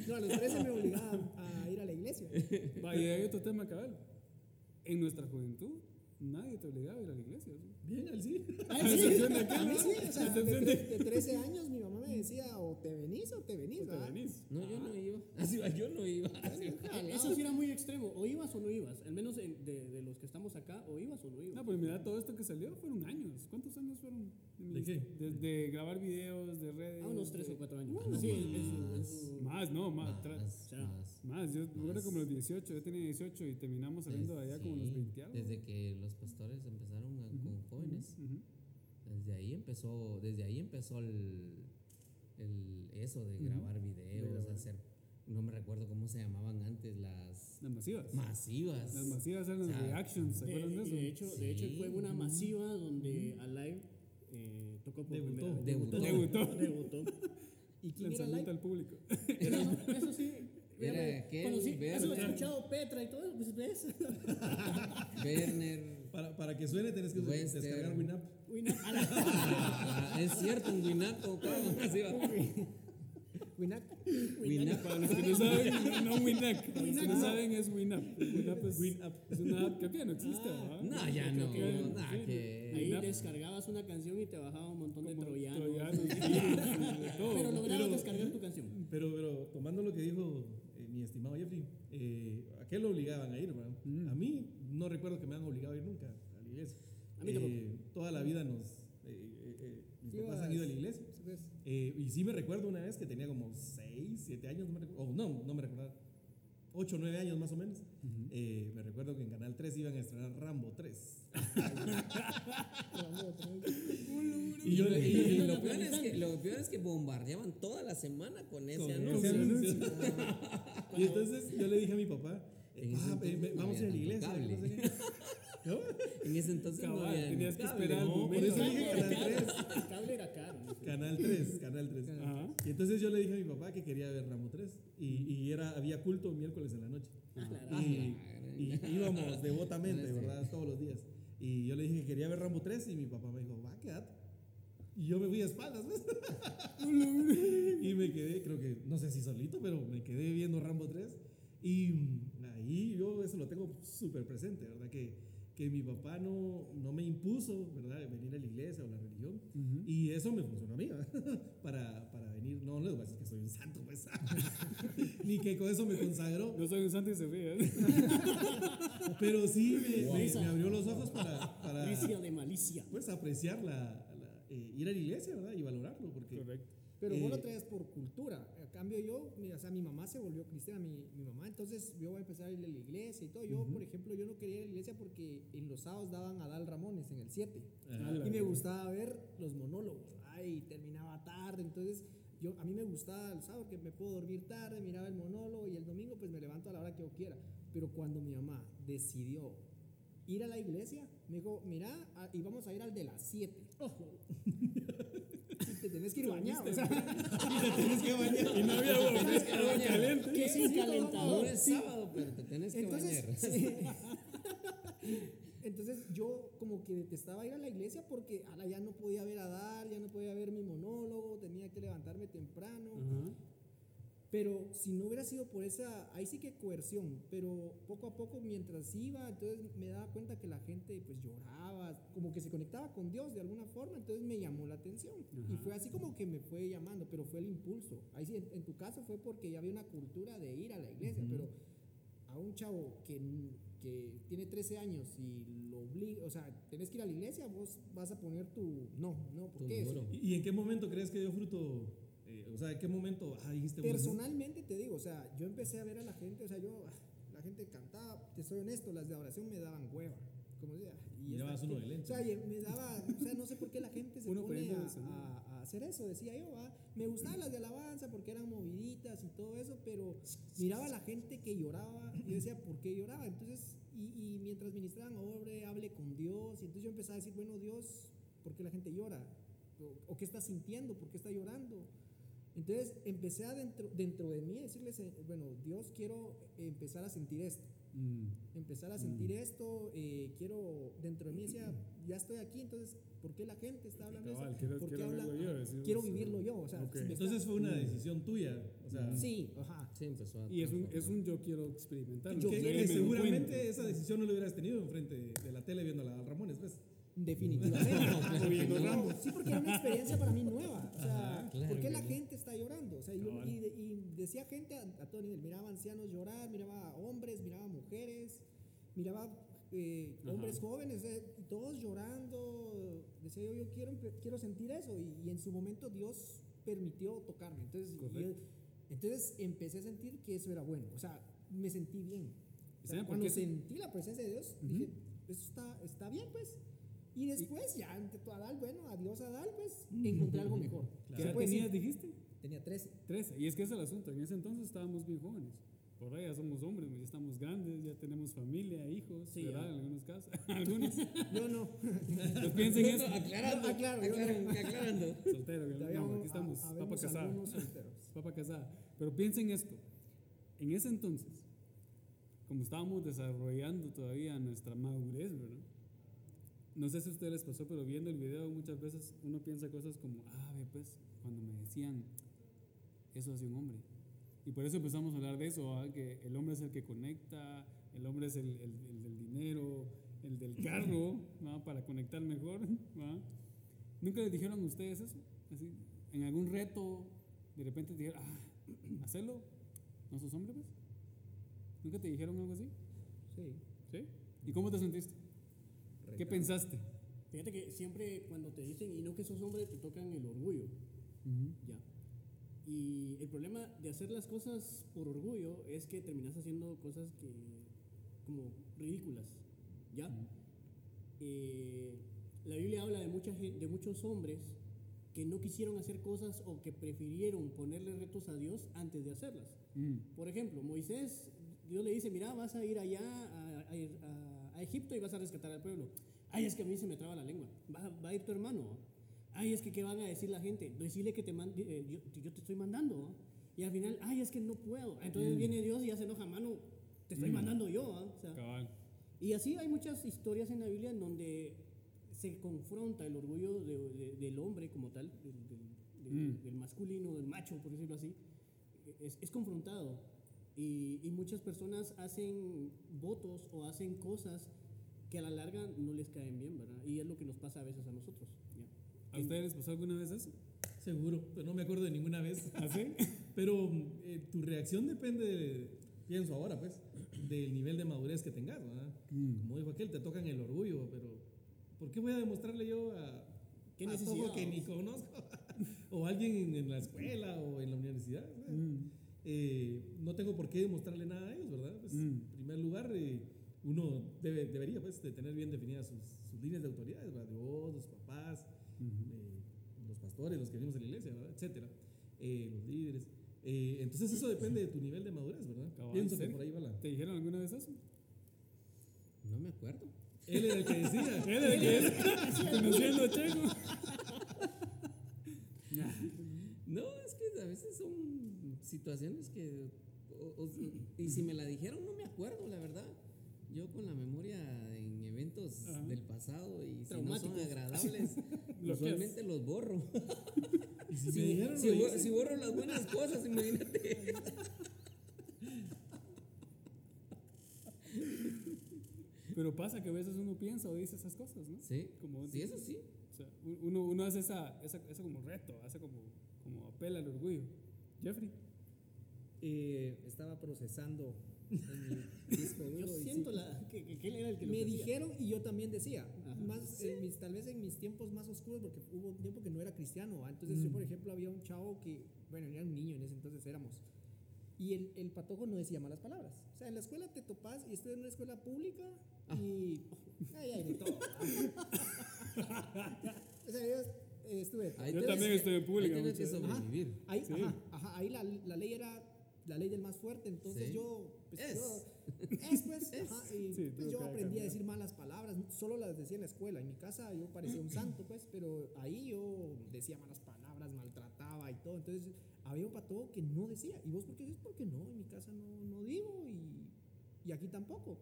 [SPEAKER 5] No, a los 13 me obligaban a ir a la iglesia. Ah,
[SPEAKER 1] Va, y hay otro tema, cabal. En nuestra juventud, nadie te obligaba a ir a la iglesia. ¿sí?
[SPEAKER 3] Bien, al sí.
[SPEAKER 5] A
[SPEAKER 1] sí,
[SPEAKER 5] mí sí, o sea, de,
[SPEAKER 1] Excepción de-
[SPEAKER 5] tre- de 13 años mi mamá me decía o te venís o te venís,
[SPEAKER 1] O Pues te
[SPEAKER 5] ¿verdad?
[SPEAKER 1] venís.
[SPEAKER 4] No, yo no iba. Así va, yo no iba.
[SPEAKER 1] Ah,
[SPEAKER 4] Así va.
[SPEAKER 2] Ah, Eso sí era muy extremo. O ibas o no ibas. Al menos en- de, de los que estamos acá, o ibas o no ibas.
[SPEAKER 1] No, pero mira, todo esto que salió fueron años. ¿Cuántos años fueron?
[SPEAKER 3] ¿De qué?
[SPEAKER 1] Desde grabar videos, de redes.
[SPEAKER 2] Ah, unos 3
[SPEAKER 1] de-
[SPEAKER 2] o 4 años.
[SPEAKER 4] no pues,
[SPEAKER 2] sí,
[SPEAKER 4] más.
[SPEAKER 2] eso- eso-
[SPEAKER 1] Más, no, más. tra-
[SPEAKER 4] Ah, Más,
[SPEAKER 2] Ya.
[SPEAKER 4] más.
[SPEAKER 1] más, yo me acuerdo
[SPEAKER 4] Más.
[SPEAKER 1] como los 18, yo tenía 18 y terminamos saliendo de allá como los
[SPEAKER 4] Sí,
[SPEAKER 1] 20 algo.
[SPEAKER 4] Desde que los pastores empezaron a-
[SPEAKER 1] Ujú,
[SPEAKER 4] con jóvenes,
[SPEAKER 1] ujú, ujú.
[SPEAKER 4] desde ahí empezó, desde ahí empezó el, el- eso de
[SPEAKER 1] Ujú,
[SPEAKER 4] grabar videos,
[SPEAKER 1] grabar.
[SPEAKER 4] hacer, no me recuerdo cómo se llamaban antes las
[SPEAKER 1] Las masivas.
[SPEAKER 4] masivas.
[SPEAKER 1] Las masivas eran
[SPEAKER 4] O
[SPEAKER 1] las
[SPEAKER 4] sea,
[SPEAKER 1] reactions, ¿se
[SPEAKER 2] De,
[SPEAKER 1] acuerdan de eso?
[SPEAKER 2] de hecho, de hecho,
[SPEAKER 4] Sí.
[SPEAKER 2] fue una masiva donde Alive eh, tocó por
[SPEAKER 3] Debutó.
[SPEAKER 2] primera vez.
[SPEAKER 4] Debutó.
[SPEAKER 1] Debutó.
[SPEAKER 2] Debutó.
[SPEAKER 5] ¿Y quién era
[SPEAKER 1] Lanzamiento
[SPEAKER 5] Light?
[SPEAKER 1] al público.
[SPEAKER 2] Pero eso sí,
[SPEAKER 4] Era
[SPEAKER 2] Véame,
[SPEAKER 4] aquel
[SPEAKER 2] conocí-
[SPEAKER 4] ver-
[SPEAKER 2] has escuchado Petra y todo eso, pues ves.
[SPEAKER 4] Werner.
[SPEAKER 3] Para, para que suene tenés que
[SPEAKER 4] Western.
[SPEAKER 3] descargar Winamp.
[SPEAKER 2] Uy, no, a la-
[SPEAKER 4] Ah, es cierto, un guinato. claro, así va.
[SPEAKER 5] Winac.
[SPEAKER 4] Guinato.
[SPEAKER 1] Para los que no saben, no Winac. Para los que no
[SPEAKER 2] Winac.
[SPEAKER 1] saben, es Winap. Winap es, es una app que creo que no existe,
[SPEAKER 2] Ah,
[SPEAKER 1] ¿verdad?
[SPEAKER 4] No, ya no.
[SPEAKER 1] que-
[SPEAKER 4] nah,
[SPEAKER 1] sí,
[SPEAKER 4] que.
[SPEAKER 2] Ahí
[SPEAKER 1] Mira.
[SPEAKER 2] descargabas una canción y te bajaba un montón de
[SPEAKER 1] Como
[SPEAKER 2] troyanos.
[SPEAKER 1] troyanos, sí, sí, de todo.
[SPEAKER 2] Pero lograbas
[SPEAKER 3] Pero-
[SPEAKER 2] descargar tu canción.
[SPEAKER 3] Pero, pero tomando lo que dijo eh, mi estimado Jeffrey, eh, ¿a qué lo obligaban a ir? verdad?
[SPEAKER 1] Mm.
[SPEAKER 3] A mí no recuerdo que me han obligado a ir nunca a la iglesia.
[SPEAKER 2] A mí
[SPEAKER 3] Eh,
[SPEAKER 2] tampoco.
[SPEAKER 3] toda la vida nos, eh, eh, eh, mis
[SPEAKER 5] Ibas-
[SPEAKER 3] papás han ido a la iglesia.
[SPEAKER 5] Pues,
[SPEAKER 3] Eh, y sí me recuerdo una vez que tenía como 6, 7 años, no me recuerdo, o no, no me recuerdo, 8, 9 años más o menos.
[SPEAKER 1] Ujú.
[SPEAKER 3] Eh, me recuerdo que en Canal 3 iban a estrenar Rambo 3.
[SPEAKER 5] Rambo, otra vez.
[SPEAKER 4] Y,
[SPEAKER 3] yo-
[SPEAKER 4] lo- y- y
[SPEAKER 2] Era
[SPEAKER 4] lo,
[SPEAKER 2] la
[SPEAKER 4] peor es
[SPEAKER 2] Afganistán.
[SPEAKER 4] que, lo peor es que bombardeaban toda la semana con ese
[SPEAKER 3] Con
[SPEAKER 4] anuncio. Ah,
[SPEAKER 3] ese anuncio.
[SPEAKER 2] Cuando-
[SPEAKER 3] Y entonces yo le dije a mi papá, eh,
[SPEAKER 4] En ese
[SPEAKER 3] "Pa,
[SPEAKER 4] entonces
[SPEAKER 3] ve-
[SPEAKER 4] no
[SPEAKER 3] vamos a ir a la
[SPEAKER 4] había
[SPEAKER 3] iglesia.
[SPEAKER 4] tanto
[SPEAKER 3] no sé qué. ¿No?
[SPEAKER 4] En ese entonces no
[SPEAKER 1] Cabal,
[SPEAKER 4] había. ni
[SPEAKER 1] tenías que
[SPEAKER 4] cable.
[SPEAKER 1] esperar el
[SPEAKER 4] No,
[SPEAKER 3] Por
[SPEAKER 1] momento.
[SPEAKER 3] eso dije
[SPEAKER 2] Cable
[SPEAKER 3] Canal
[SPEAKER 2] era
[SPEAKER 3] 3.
[SPEAKER 2] caro. El cable era caro.
[SPEAKER 3] Canal 3, Canal 3.
[SPEAKER 1] Ajá.
[SPEAKER 3] Y entonces yo le dije a mi papá que quería ver Rambo 3 y, y era, había culto miércoles en la noche.
[SPEAKER 4] Ah,
[SPEAKER 3] Y,
[SPEAKER 4] la
[SPEAKER 3] y
[SPEAKER 4] gran-
[SPEAKER 3] íbamos devotamente,
[SPEAKER 4] No es
[SPEAKER 3] ¿verdad? Todos los días. Y yo le dije que quería ver Rambo 3 y mi papá me dijo, va, quédate. Y yo me fui a espaldas, ¿ves? y me quedé, creo que, no sé si solito, pero me quedé viendo Rambo 3. Y mm, ahí yo eso lo tengo súper presente, ¿verdad? Que, que mi papá no, no me impuso, ¿verdad? Venir a la iglesia o la religión.
[SPEAKER 1] Ujú.
[SPEAKER 3] Y eso me funcionó a mí, ¿verdad? para, para venir. No, no les voy a decir que soy un santo, pues. Ni que con eso me consagró.
[SPEAKER 1] No soy un santo y se ¿eh? ríe.
[SPEAKER 3] Pero sí me, me- me abrió los ojos para, para,
[SPEAKER 2] Malicia de malicia.
[SPEAKER 3] pues, apreciar la, la- eh, ir a la iglesia, ¿verdad? Y valorarlo, porque
[SPEAKER 1] Correcto.
[SPEAKER 5] Pero vos
[SPEAKER 3] Eh,
[SPEAKER 5] lo traes por cultura. A cambio yo, mi, o sea, mi mamá se volvió cristiana, mi, mi mamá, entonces yo voy a empezar a ir a la iglesia y todo. Yo, por ejemplo, yo no quería ir a la iglesia porque en los sábados daban a Dal Ramones en el 7.
[SPEAKER 3] Ajá.
[SPEAKER 1] Ala.
[SPEAKER 5] Y me gustaba ver los monólogos. Ay, terminaba tarde, entonces yo a mí me gustaba el sábado que me puedo dormir tarde, miraba el monólogo y el domingo pues me levanto a la hora que yo quiera. Pero cuando mi mamá decidió ir a la iglesia, me dijo, mira, a- y vamos a ir al de las 7. Y te tenés que ir bañado. o sea,
[SPEAKER 3] tienes que bañar.
[SPEAKER 1] Y no había agua
[SPEAKER 4] Tienes que
[SPEAKER 1] fresca, agua
[SPEAKER 4] bañar.
[SPEAKER 1] caliente.
[SPEAKER 2] Que sin
[SPEAKER 4] No
[SPEAKER 2] calentador.
[SPEAKER 4] es sábado, pero te tenés que bañar.
[SPEAKER 5] Entonces, sí. Entonces yo como que detestaba ir a la iglesia porque ala, ya no podía ver a dar, ya no podía ver mi monólogo, tenía que levantarme temprano. Pero si no hubiera sido por esa, ahí sí que coerción, pero poco a poco mientras iba, entonces me daba cuenta que la gente pues lloraba, como que se conectaba con Dios de alguna forma, entonces me llamó la atención. Y
[SPEAKER 1] Ajá.
[SPEAKER 5] fue así como que me fue llamando, pero fue el impulso. Ahí sí, en, en tu caso fue porque ya había una cultura de ir a la iglesia,
[SPEAKER 3] Ujú.
[SPEAKER 5] pero a un chavo que, n- que tiene 13 años y lo obliga, o sea, tenés que ir a la iglesia, vos vas a poner tu, no, no,
[SPEAKER 4] Tu
[SPEAKER 5] ¿por qué?
[SPEAKER 4] muro.
[SPEAKER 3] ¿Y, y en qué momento crees que dio fruto? Eh, o sea, ¿en qué momento ah, dijiste bueno,
[SPEAKER 5] Personalmente te digo, o sea, yo empecé a ver a la gente, o sea, yo, ah, la gente cantaba, te soy honesto, las de adoración me daban hueva. Como decía,
[SPEAKER 3] Y llevabas
[SPEAKER 5] esta-
[SPEAKER 3] uno de lente.
[SPEAKER 5] O sea, y me daba, o sea, no sé por qué la gente se
[SPEAKER 1] Uno
[SPEAKER 5] pone
[SPEAKER 1] poniendo
[SPEAKER 5] a,
[SPEAKER 1] el sonido.
[SPEAKER 5] a- a hacer eso, decía yo, ah, me gustaban las de alabanza porque eran moviditas y todo eso, pero miraba a la gente que lloraba y yo decía, ¿por qué lloraba? Entonces, y, y mientras ministraban, obre, hable con Dios, y entonces yo empezaba a decir, bueno, Dios, ¿por qué la gente llora? ¿O, o qué está sintiendo? ¿Por qué está llorando? Entonces empecé adentro, dentro de mí a decirles, eh, bueno, Dios quiero empezar a sentir esto,
[SPEAKER 1] Mm.
[SPEAKER 5] empezar a sentir esto, eh, quiero, dentro de mí decía, ya estoy aquí, entonces, ¿por qué la gente está hablando de
[SPEAKER 1] Cabal,
[SPEAKER 5] eso?
[SPEAKER 1] quiero,
[SPEAKER 5] ¿Por qué
[SPEAKER 1] quiero
[SPEAKER 5] hablan?
[SPEAKER 1] verlo yo.
[SPEAKER 5] Ajá,
[SPEAKER 1] decimos,
[SPEAKER 5] Quiero
[SPEAKER 1] eh,
[SPEAKER 5] vivirlo yo, o sea,
[SPEAKER 1] Ok.
[SPEAKER 5] si me está-
[SPEAKER 3] Entonces fue una decisión tuya. O sea,
[SPEAKER 5] Sí, ajá.
[SPEAKER 4] Sí, empezó a
[SPEAKER 1] Y es un,
[SPEAKER 4] transformar.
[SPEAKER 1] es un yo quiero experimentar.
[SPEAKER 5] Yo
[SPEAKER 3] que,
[SPEAKER 5] quiero-
[SPEAKER 3] que
[SPEAKER 5] me
[SPEAKER 3] seguramente esa decisión no la hubieras tenido enfrente de, de la tele viendo a la Dal Ramones, pues, ¿ves?
[SPEAKER 5] Definitivamente.
[SPEAKER 4] claro que no.
[SPEAKER 5] No, sí, porque era una experiencia para mí nueva. O sea,
[SPEAKER 4] Ajá, claro
[SPEAKER 5] ¿por qué
[SPEAKER 4] que
[SPEAKER 5] la
[SPEAKER 4] no.
[SPEAKER 5] gente está llorando? O sea, yo-
[SPEAKER 1] Cabal.
[SPEAKER 5] y, de- y decía gente a, a todo nivel. Miraba ancianos llorar, miraba a hombres, miraba a mujeres, miraba eh,
[SPEAKER 1] Ajá.
[SPEAKER 5] hombres jóvenes, eh, todos llorando. Decía yo, yo quiero, empe- quiero sentir eso. Y, y en su momento Dios permitió tocarme. Entonces,
[SPEAKER 1] Correcto.
[SPEAKER 5] yo- entonces empecé a sentir que eso era bueno. O sea, me sentí bien. O sea,
[SPEAKER 1] ¿Saben por
[SPEAKER 5] cuando
[SPEAKER 1] qué se-
[SPEAKER 5] sentí la presencia de Dios,
[SPEAKER 1] Ujú.
[SPEAKER 5] dije, eso está, está bien, pues. Y después, ya ante tu Adal, bueno, adiós Adal, pues encontré algo mejor.
[SPEAKER 1] ¿Qué
[SPEAKER 5] Se
[SPEAKER 1] edad
[SPEAKER 5] puede
[SPEAKER 1] tenías,
[SPEAKER 5] decir,
[SPEAKER 1] dijiste?
[SPEAKER 5] tenía 13.
[SPEAKER 1] 13. Y es que ese es el asunto. En ese entonces estábamos bien jóvenes. Por ahí ya somos hombres, ya estamos grandes, ya tenemos familia, hijos,
[SPEAKER 2] Sí,
[SPEAKER 1] ¿verdad?
[SPEAKER 2] ya.
[SPEAKER 1] En algunos casos. algunos.
[SPEAKER 5] Yo no,
[SPEAKER 1] Pues piensen eso.
[SPEAKER 4] Aclarando,
[SPEAKER 5] No, aclaro, yo
[SPEAKER 4] aclarando, aclarando.
[SPEAKER 1] Soltero,
[SPEAKER 5] todavía
[SPEAKER 1] no,
[SPEAKER 5] no,
[SPEAKER 1] aquí estamos.
[SPEAKER 5] ha-
[SPEAKER 1] papa
[SPEAKER 5] habemos
[SPEAKER 1] casada.
[SPEAKER 5] algunos solteros.
[SPEAKER 1] Papa casada. Pero piensen esto. En ese entonces, como estábamos desarrollando todavía nuestra madurez, ¿verdad? No sé si a ustedes les pasó, pero viendo el video muchas veces uno piensa cosas como, ah, ve pues, cuando me decían, eso hace un hombre. Y por eso empezamos a hablar de eso, ¿ah? que el hombre es el que conecta, el hombre es el, el- el del dinero, el del carro, ¿va? para conectar mejor. ¿va? ¿Nunca les dijeron a ustedes eso? Así, en algún reto, de repente te dijeron, ah, hacerlo, no sos hombre, pues. ¿Nunca te dijeron algo así?
[SPEAKER 5] Sí.
[SPEAKER 1] ¿Sí? ¿Y cómo te sentiste? ¿Qué
[SPEAKER 4] Recae.
[SPEAKER 1] pensaste?
[SPEAKER 2] Fíjate que siempre cuando te dicen, y no que sos hombre, te tocan el orgullo, ya. Y el problema de hacer las cosas por orgullo es que terminas haciendo cosas que, como ridículas, ya. Eh, la Biblia habla de, mucha, gen- de muchos hombres que no quisieron hacer cosas o que prefirieron ponerle retos a Dios antes de hacerlas.
[SPEAKER 1] Mm.
[SPEAKER 2] Por ejemplo, Moisés, Dios le dice, mira, vas a ir allá a, a- a Egipto y vas a rescatar al pueblo. Ay, es que a mí se me traba la lengua. Va, va a ir tu hermano. Ay, es que qué van a decir la gente. Decirle que te mande, eh, yo, yo te estoy mandando. ¿ah? Y al final, ay, es que no puedo. Entonces
[SPEAKER 1] Mm.
[SPEAKER 2] viene Dios y ya se enoja, mano, te estoy
[SPEAKER 1] Mm.
[SPEAKER 2] mandando yo. ¿ah? O sea,
[SPEAKER 1] Cabal.
[SPEAKER 2] y así hay muchas historias en la Biblia en donde se confronta el orgullo de- de- del hombre como tal, del, del- del-
[SPEAKER 1] Mm.
[SPEAKER 2] del masculino, del macho, por decirlo así. Es, es confrontado. Y, y muchas personas hacen votos o hacen cosas que a la larga no les caen bien, ¿verdad? Y es lo que nos pasa a veces a nosotros. ¿ya?
[SPEAKER 1] ¿A ustedes les pasó alguna vez eso?
[SPEAKER 3] Seguro, pero no me acuerdo de ninguna vez.
[SPEAKER 1] ¿Así?
[SPEAKER 3] Pero eh, tu reacción depende, de- pienso ahora, pues, del nivel de madurez que tengas, ¿verdad?
[SPEAKER 1] Mm.
[SPEAKER 3] Como dijo aquel, te tocan el orgullo, pero ¿por qué voy a demostrarle yo a,
[SPEAKER 2] ¿Qué
[SPEAKER 3] a
[SPEAKER 2] necesidad?
[SPEAKER 3] Togo que ni conozco? o alguien en, en la escuela o en la universidad. ¿verdad?
[SPEAKER 1] Mm.
[SPEAKER 3] Eh, no tengo por qué demostrarle nada a ellos, ¿verdad? Pues,
[SPEAKER 1] Mm.
[SPEAKER 3] En primer lugar, eh, uno debe- debería pues, de tener bien definidas sus, sus líneas de autoridades, ¿verdad? Dios, los papás,
[SPEAKER 1] Ujú.
[SPEAKER 3] eh, los pastores, los que venimos de la iglesia, ¿verdad? etcétera, eh, los líderes. Eh, entonces eso depende de tu nivel de madurez, ¿verdad?
[SPEAKER 1] Cabal,
[SPEAKER 3] Pienso que
[SPEAKER 1] Sergio.
[SPEAKER 3] por ahí va la...
[SPEAKER 1] ¿Te dijeron alguna vez eso?
[SPEAKER 4] No me acuerdo.
[SPEAKER 3] Él era el que decía.
[SPEAKER 1] ¿Él de qué es? Conociendo a Checo.
[SPEAKER 4] No, es que a veces son situaciones que... o- o- y si me la dijeron, no me acuerdo, la verdad. Yo con la memoria en eventos
[SPEAKER 1] Ajá.
[SPEAKER 4] del pasado y si no son
[SPEAKER 2] Traumáticos.
[SPEAKER 4] agradables,
[SPEAKER 1] Bloqueas.
[SPEAKER 4] usualmente los borro.
[SPEAKER 3] Y si
[SPEAKER 4] Si,
[SPEAKER 3] me dijeron,
[SPEAKER 4] si
[SPEAKER 3] lo
[SPEAKER 4] bo-
[SPEAKER 3] hice.
[SPEAKER 4] si borro las buenas cosas, imagínate.
[SPEAKER 1] Pero pasa que a veces uno piensa o dice esas cosas, ¿no?
[SPEAKER 4] Sí,
[SPEAKER 1] Como vos
[SPEAKER 4] sí,
[SPEAKER 1] dices.
[SPEAKER 4] eso sí.
[SPEAKER 1] O sea, u- uno, uno hace esa, esa, eso como reto, hace como, como apela al orgullo. Jeffrey.
[SPEAKER 5] Eh, estaba procesando en mi disco duro
[SPEAKER 2] Yo
[SPEAKER 5] y sí,
[SPEAKER 2] siento la, que, que- que él era el que lo
[SPEAKER 5] me
[SPEAKER 2] que hacía.
[SPEAKER 5] dijeron y yo también decía,
[SPEAKER 2] Ajá.
[SPEAKER 5] más, en mis- tal vez en mis tiempos más oscuros, porque hubo un tiempo que no era cristiano, ¿va? entonces yo
[SPEAKER 1] Mm.
[SPEAKER 5] por ejemplo había un chavo que, bueno, era un niño en ese entonces éramos, y el, el patojo no decía malas palabras, o sea, en la escuela te topás y estoy en una escuela pública
[SPEAKER 2] Ah.
[SPEAKER 5] y... Ay, ay, de todo. ¿va? o sea, yo eh, estuve...
[SPEAKER 4] Ahí
[SPEAKER 1] Yo
[SPEAKER 4] tenés
[SPEAKER 1] también
[SPEAKER 4] que-
[SPEAKER 1] estoy en público
[SPEAKER 4] Ahí tenés que
[SPEAKER 1] muchas veces.
[SPEAKER 4] sobrevivir.
[SPEAKER 5] Ahí,
[SPEAKER 1] Sí.
[SPEAKER 5] ajá, ajá, ahí la, la ley era la ley del más fuerte, entonces
[SPEAKER 4] Sí.
[SPEAKER 5] yo, pues,
[SPEAKER 4] Es.
[SPEAKER 5] yo- es, pues, ajá, y,
[SPEAKER 1] Sí,
[SPEAKER 5] pues,
[SPEAKER 1] tuvo
[SPEAKER 5] yo
[SPEAKER 1] que
[SPEAKER 5] aprendí a
[SPEAKER 1] cambiar.
[SPEAKER 5] decir malas palabras, solo las decía en la escuela, en mi casa yo parecía un santo, pues, pero ahí yo decía malas palabras, maltrataba y todo, entonces había un pato que no decía, y vos por qué dices, porque no, en mi casa no, no digo y, y aquí tampoco,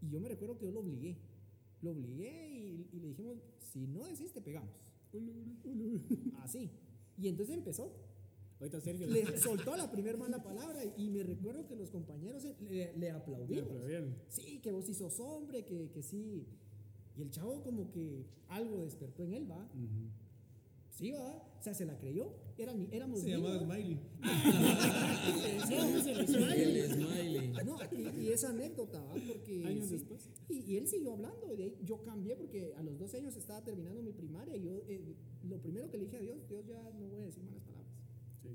[SPEAKER 5] y yo me recuerdo que yo lo obligué, lo obligué y, y le dijimos, si no decís te pegamos, así, y entonces empezó.
[SPEAKER 2] Ahorita Sergio.
[SPEAKER 5] Le soltó la primera mala palabra y, y me recuerdo que los compañeros eh, le, le
[SPEAKER 1] Ya,
[SPEAKER 5] aplaudimos.
[SPEAKER 1] pero bien.
[SPEAKER 5] Sí, que vos sos hombre, que, que sí. Y el chavo como que algo despertó en él, ¿va? Sí, ¿va? O sea, se la creyó. Era, ni- éramos
[SPEAKER 3] Se llamaba
[SPEAKER 5] niños, ¿va?
[SPEAKER 3] Smiley.
[SPEAKER 5] Ah,
[SPEAKER 4] El smiley.
[SPEAKER 5] No, y, y esa anécdota, ¿va? Porque...
[SPEAKER 1] Años
[SPEAKER 5] sí.
[SPEAKER 1] después.
[SPEAKER 5] Y, y él siguió hablando. Y de ahí yo cambié porque a los 12 años estaba terminando mi primaria y yo eh, lo primero que le dije a Dios, Dios ya no voy a decir malas palabras.
[SPEAKER 1] Sí.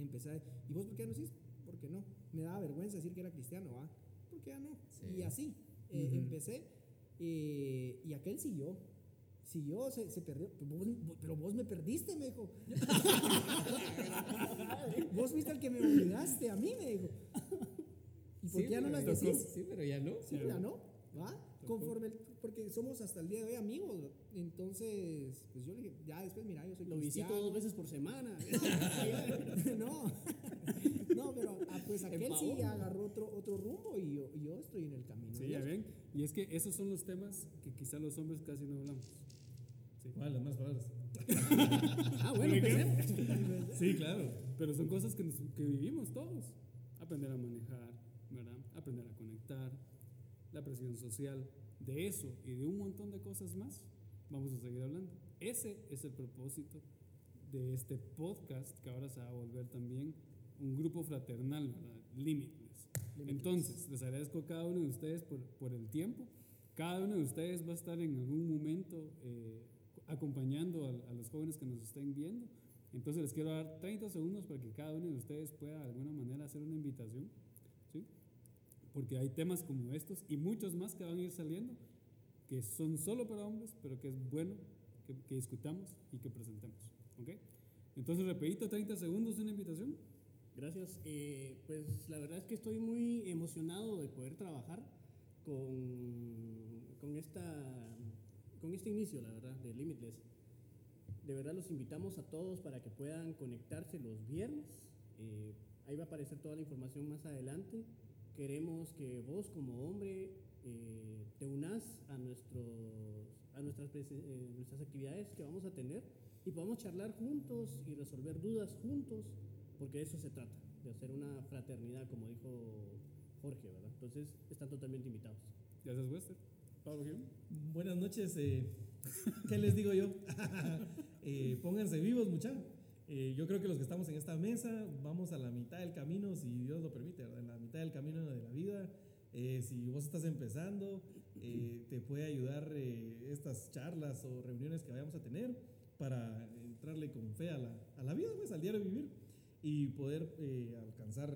[SPEAKER 5] empecé a, ¿y vos por qué no decís? Porque no, me daba vergüenza decir que era cristiano, ¿va? Porque ya no.
[SPEAKER 4] Sí.
[SPEAKER 5] Y así eh,
[SPEAKER 1] Ujú.
[SPEAKER 5] empecé eh, y aquel siguió. Siguió, se, se perdió. Pero vos, vos- pero vos me perdiste, me dijo. vos fuiste el que me obligaste a mí, me dijo. ¿Y por
[SPEAKER 4] Sí,
[SPEAKER 5] qué ya no
[SPEAKER 4] pero
[SPEAKER 5] las
[SPEAKER 4] ya
[SPEAKER 5] decís?
[SPEAKER 4] Sí, pero ya no.
[SPEAKER 5] Sí, ya no, ¿va? Conforme, el- porque somos hasta el día de hoy amigos. Entonces, pues yo le dije, ya después, mira, yo soy
[SPEAKER 2] Lo visito
[SPEAKER 5] cristiano.
[SPEAKER 2] dos veces por semana.
[SPEAKER 5] No, no, no, pero ah, pues aquel sí
[SPEAKER 4] Empavó.
[SPEAKER 5] agarró otro, otro rumbo y yo, y yo estoy en el camino.
[SPEAKER 1] Sí,
[SPEAKER 5] de
[SPEAKER 1] ya
[SPEAKER 5] él.
[SPEAKER 1] ven. Y es que esos son los temas que quizás los hombres casi no hablamos.
[SPEAKER 3] ¿Cuál? Las más palabras.
[SPEAKER 5] Ah, bueno,
[SPEAKER 1] ¿Por qué?
[SPEAKER 5] empecemos.
[SPEAKER 3] Sí, claro.
[SPEAKER 1] Pero son cosas que, nos- que vivimos todos. Aprender a manejar, ¿verdad? Aprender a conectar, la presión social. De eso y de un montón de cosas más vamos a seguir hablando. Ese es el propósito de este podcast que ahora se va a volver también un grupo fraternal, ¿verdad? Limitless. Entonces, les agradezco a cada uno de ustedes por, por el tiempo. Cada uno de ustedes va a estar en algún momento eh, acompañando a, a los jóvenes que nos estén viendo. Entonces les quiero dar 30 segundos para que cada uno de ustedes pueda de alguna manera hacer una invitación, ¿sí? Porque hay temas como estos y muchos más que van a ir saliendo que son solo para hombres, pero que es bueno que, que discutamos y que presentemos, ¿ok? Entonces repito, 30 segundos una invitación.
[SPEAKER 2] Gracias. Eh, pues la verdad es que estoy muy emocionado de poder trabajar con, con, esta, con este inicio, la verdad, de Limitless. De verdad los invitamos a todos para que puedan conectarse los viernes. Eh, ahí va a aparecer toda la información más adelante. Queremos que vos como hombre eh, te unas a, nuestros, a nuestras, prese- eh, nuestras actividades que vamos a tener y podamos charlar juntos y resolver dudas juntos porque de eso se trata, de hacer una fraternidad, como dijo Jorge, ¿verdad? Entonces, están totalmente invitados.
[SPEAKER 1] Gracias, Wester. Pablo Gil.
[SPEAKER 3] Buenas noches. eh, ¿Qué les digo yo? Eh, pónganse vivos, muchachos. yo creo que los que estamos en esta mesa vamos a la mitad del camino, si Dios lo permite, ¿verdad? en la mitad del camino de la vida. Eh, si vos estás empezando, eh, te puede ayudar eh, estas charlas o reuniones que vayamos a tener para entrarle con fe a la, a la vida, pues, al diario vivir y poder eh, alcanzar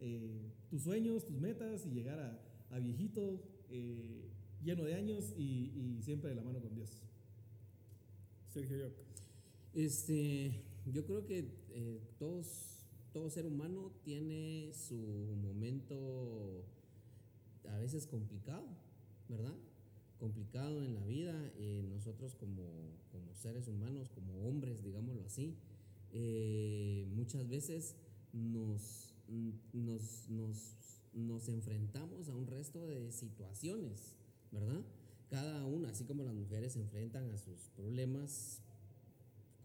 [SPEAKER 3] eh, tus sueños, tus metas y llegar a, a viejito eh, lleno de años y, y siempre de la mano con Dios.
[SPEAKER 1] Sergio Yoc.
[SPEAKER 4] Este, yo creo que eh, todos, todo ser humano tiene su momento a veces complicado, ¿verdad? Complicado en la vida. eh, nosotros como, como seres humanos, como hombres, digámoslo así, eh, muchas veces nos, n- nos, nos, nos enfrentamos a un resto de situaciones, ¿verdad? Cada una, así como las mujeres se enfrentan a sus problemas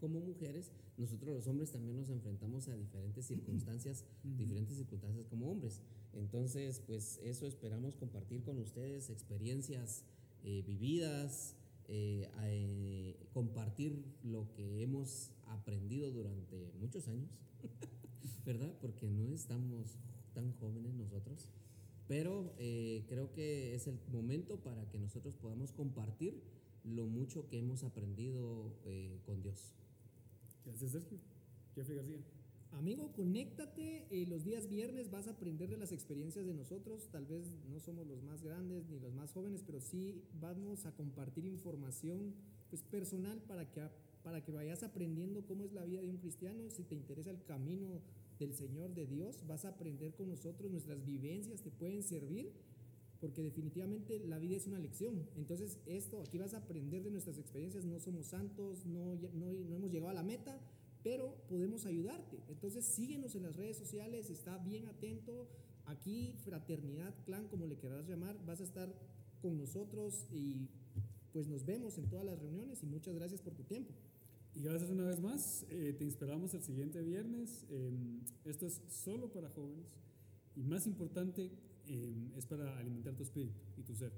[SPEAKER 4] como mujeres, nosotros los hombres también nos enfrentamos a diferentes circunstancias, diferentes circunstancias como hombres. Entonces, pues eso esperamos compartir con ustedes, experiencias eh, vividas, eh, a- eh, compartir lo que hemos aprendido durante muchos años, ¿verdad? Porque no estamos tan jóvenes nosotros. Pero eh, creo que es el momento para que nosotros podamos compartir lo mucho que hemos aprendido eh, con Dios.
[SPEAKER 1] Gracias, Sergio. Jeffrey García.
[SPEAKER 5] Amigo, conéctate. eh, los días viernes vas a aprender de las experiencias de nosotros. Tal vez no somos los más grandes ni los más jóvenes, pero sí vamos a compartir información pues, personal para que, a- para que vayas aprendiendo cómo es la vida de un cristiano. Si te interesa el camino del Señor, de Dios, vas a aprender con nosotros. Nuestras vivencias te pueden servir porque definitivamente la vida es una lección. Entonces, esto, aquí vas a aprender de nuestras experiencias. No somos santos, no, lle- no, no hemos llegado a la meta, pero podemos ayudarte. Entonces, síguenos en las redes sociales, está bien atento. Aquí, fraternidad, clan, como le querrás llamar, vas a estar con nosotros y pues nos vemos en todas las reuniones y muchas gracias por tu tiempo.
[SPEAKER 1] Y gracias una vez más. eh, te esperamos el siguiente viernes. em, esto es solo para jóvenes. Y más importante, em, es para alimentar tu espíritu y tu ser.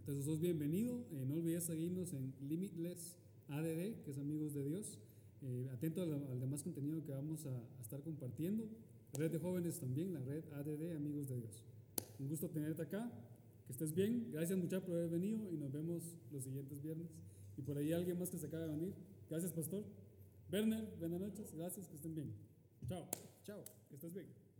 [SPEAKER 1] Entonces, sos bienvenido. eh, no olvides seguirnos en Limitless ADD, que es Amigos de Dios. Eh, atento al, al demás contenido que vamos a, a estar compartiendo. Red de jóvenes también, la red ADD Amigos de Dios. Un gusto tenerte acá. Que estés bien. Gracias muchachos por haber venido y nos vemos los siguientes viernes. Y por ahí alguien más que se acaba de venir. Gracias, pastor. Werner, buenas noches. Gracias, que estén bien. Chao. Chao. Que estés bien.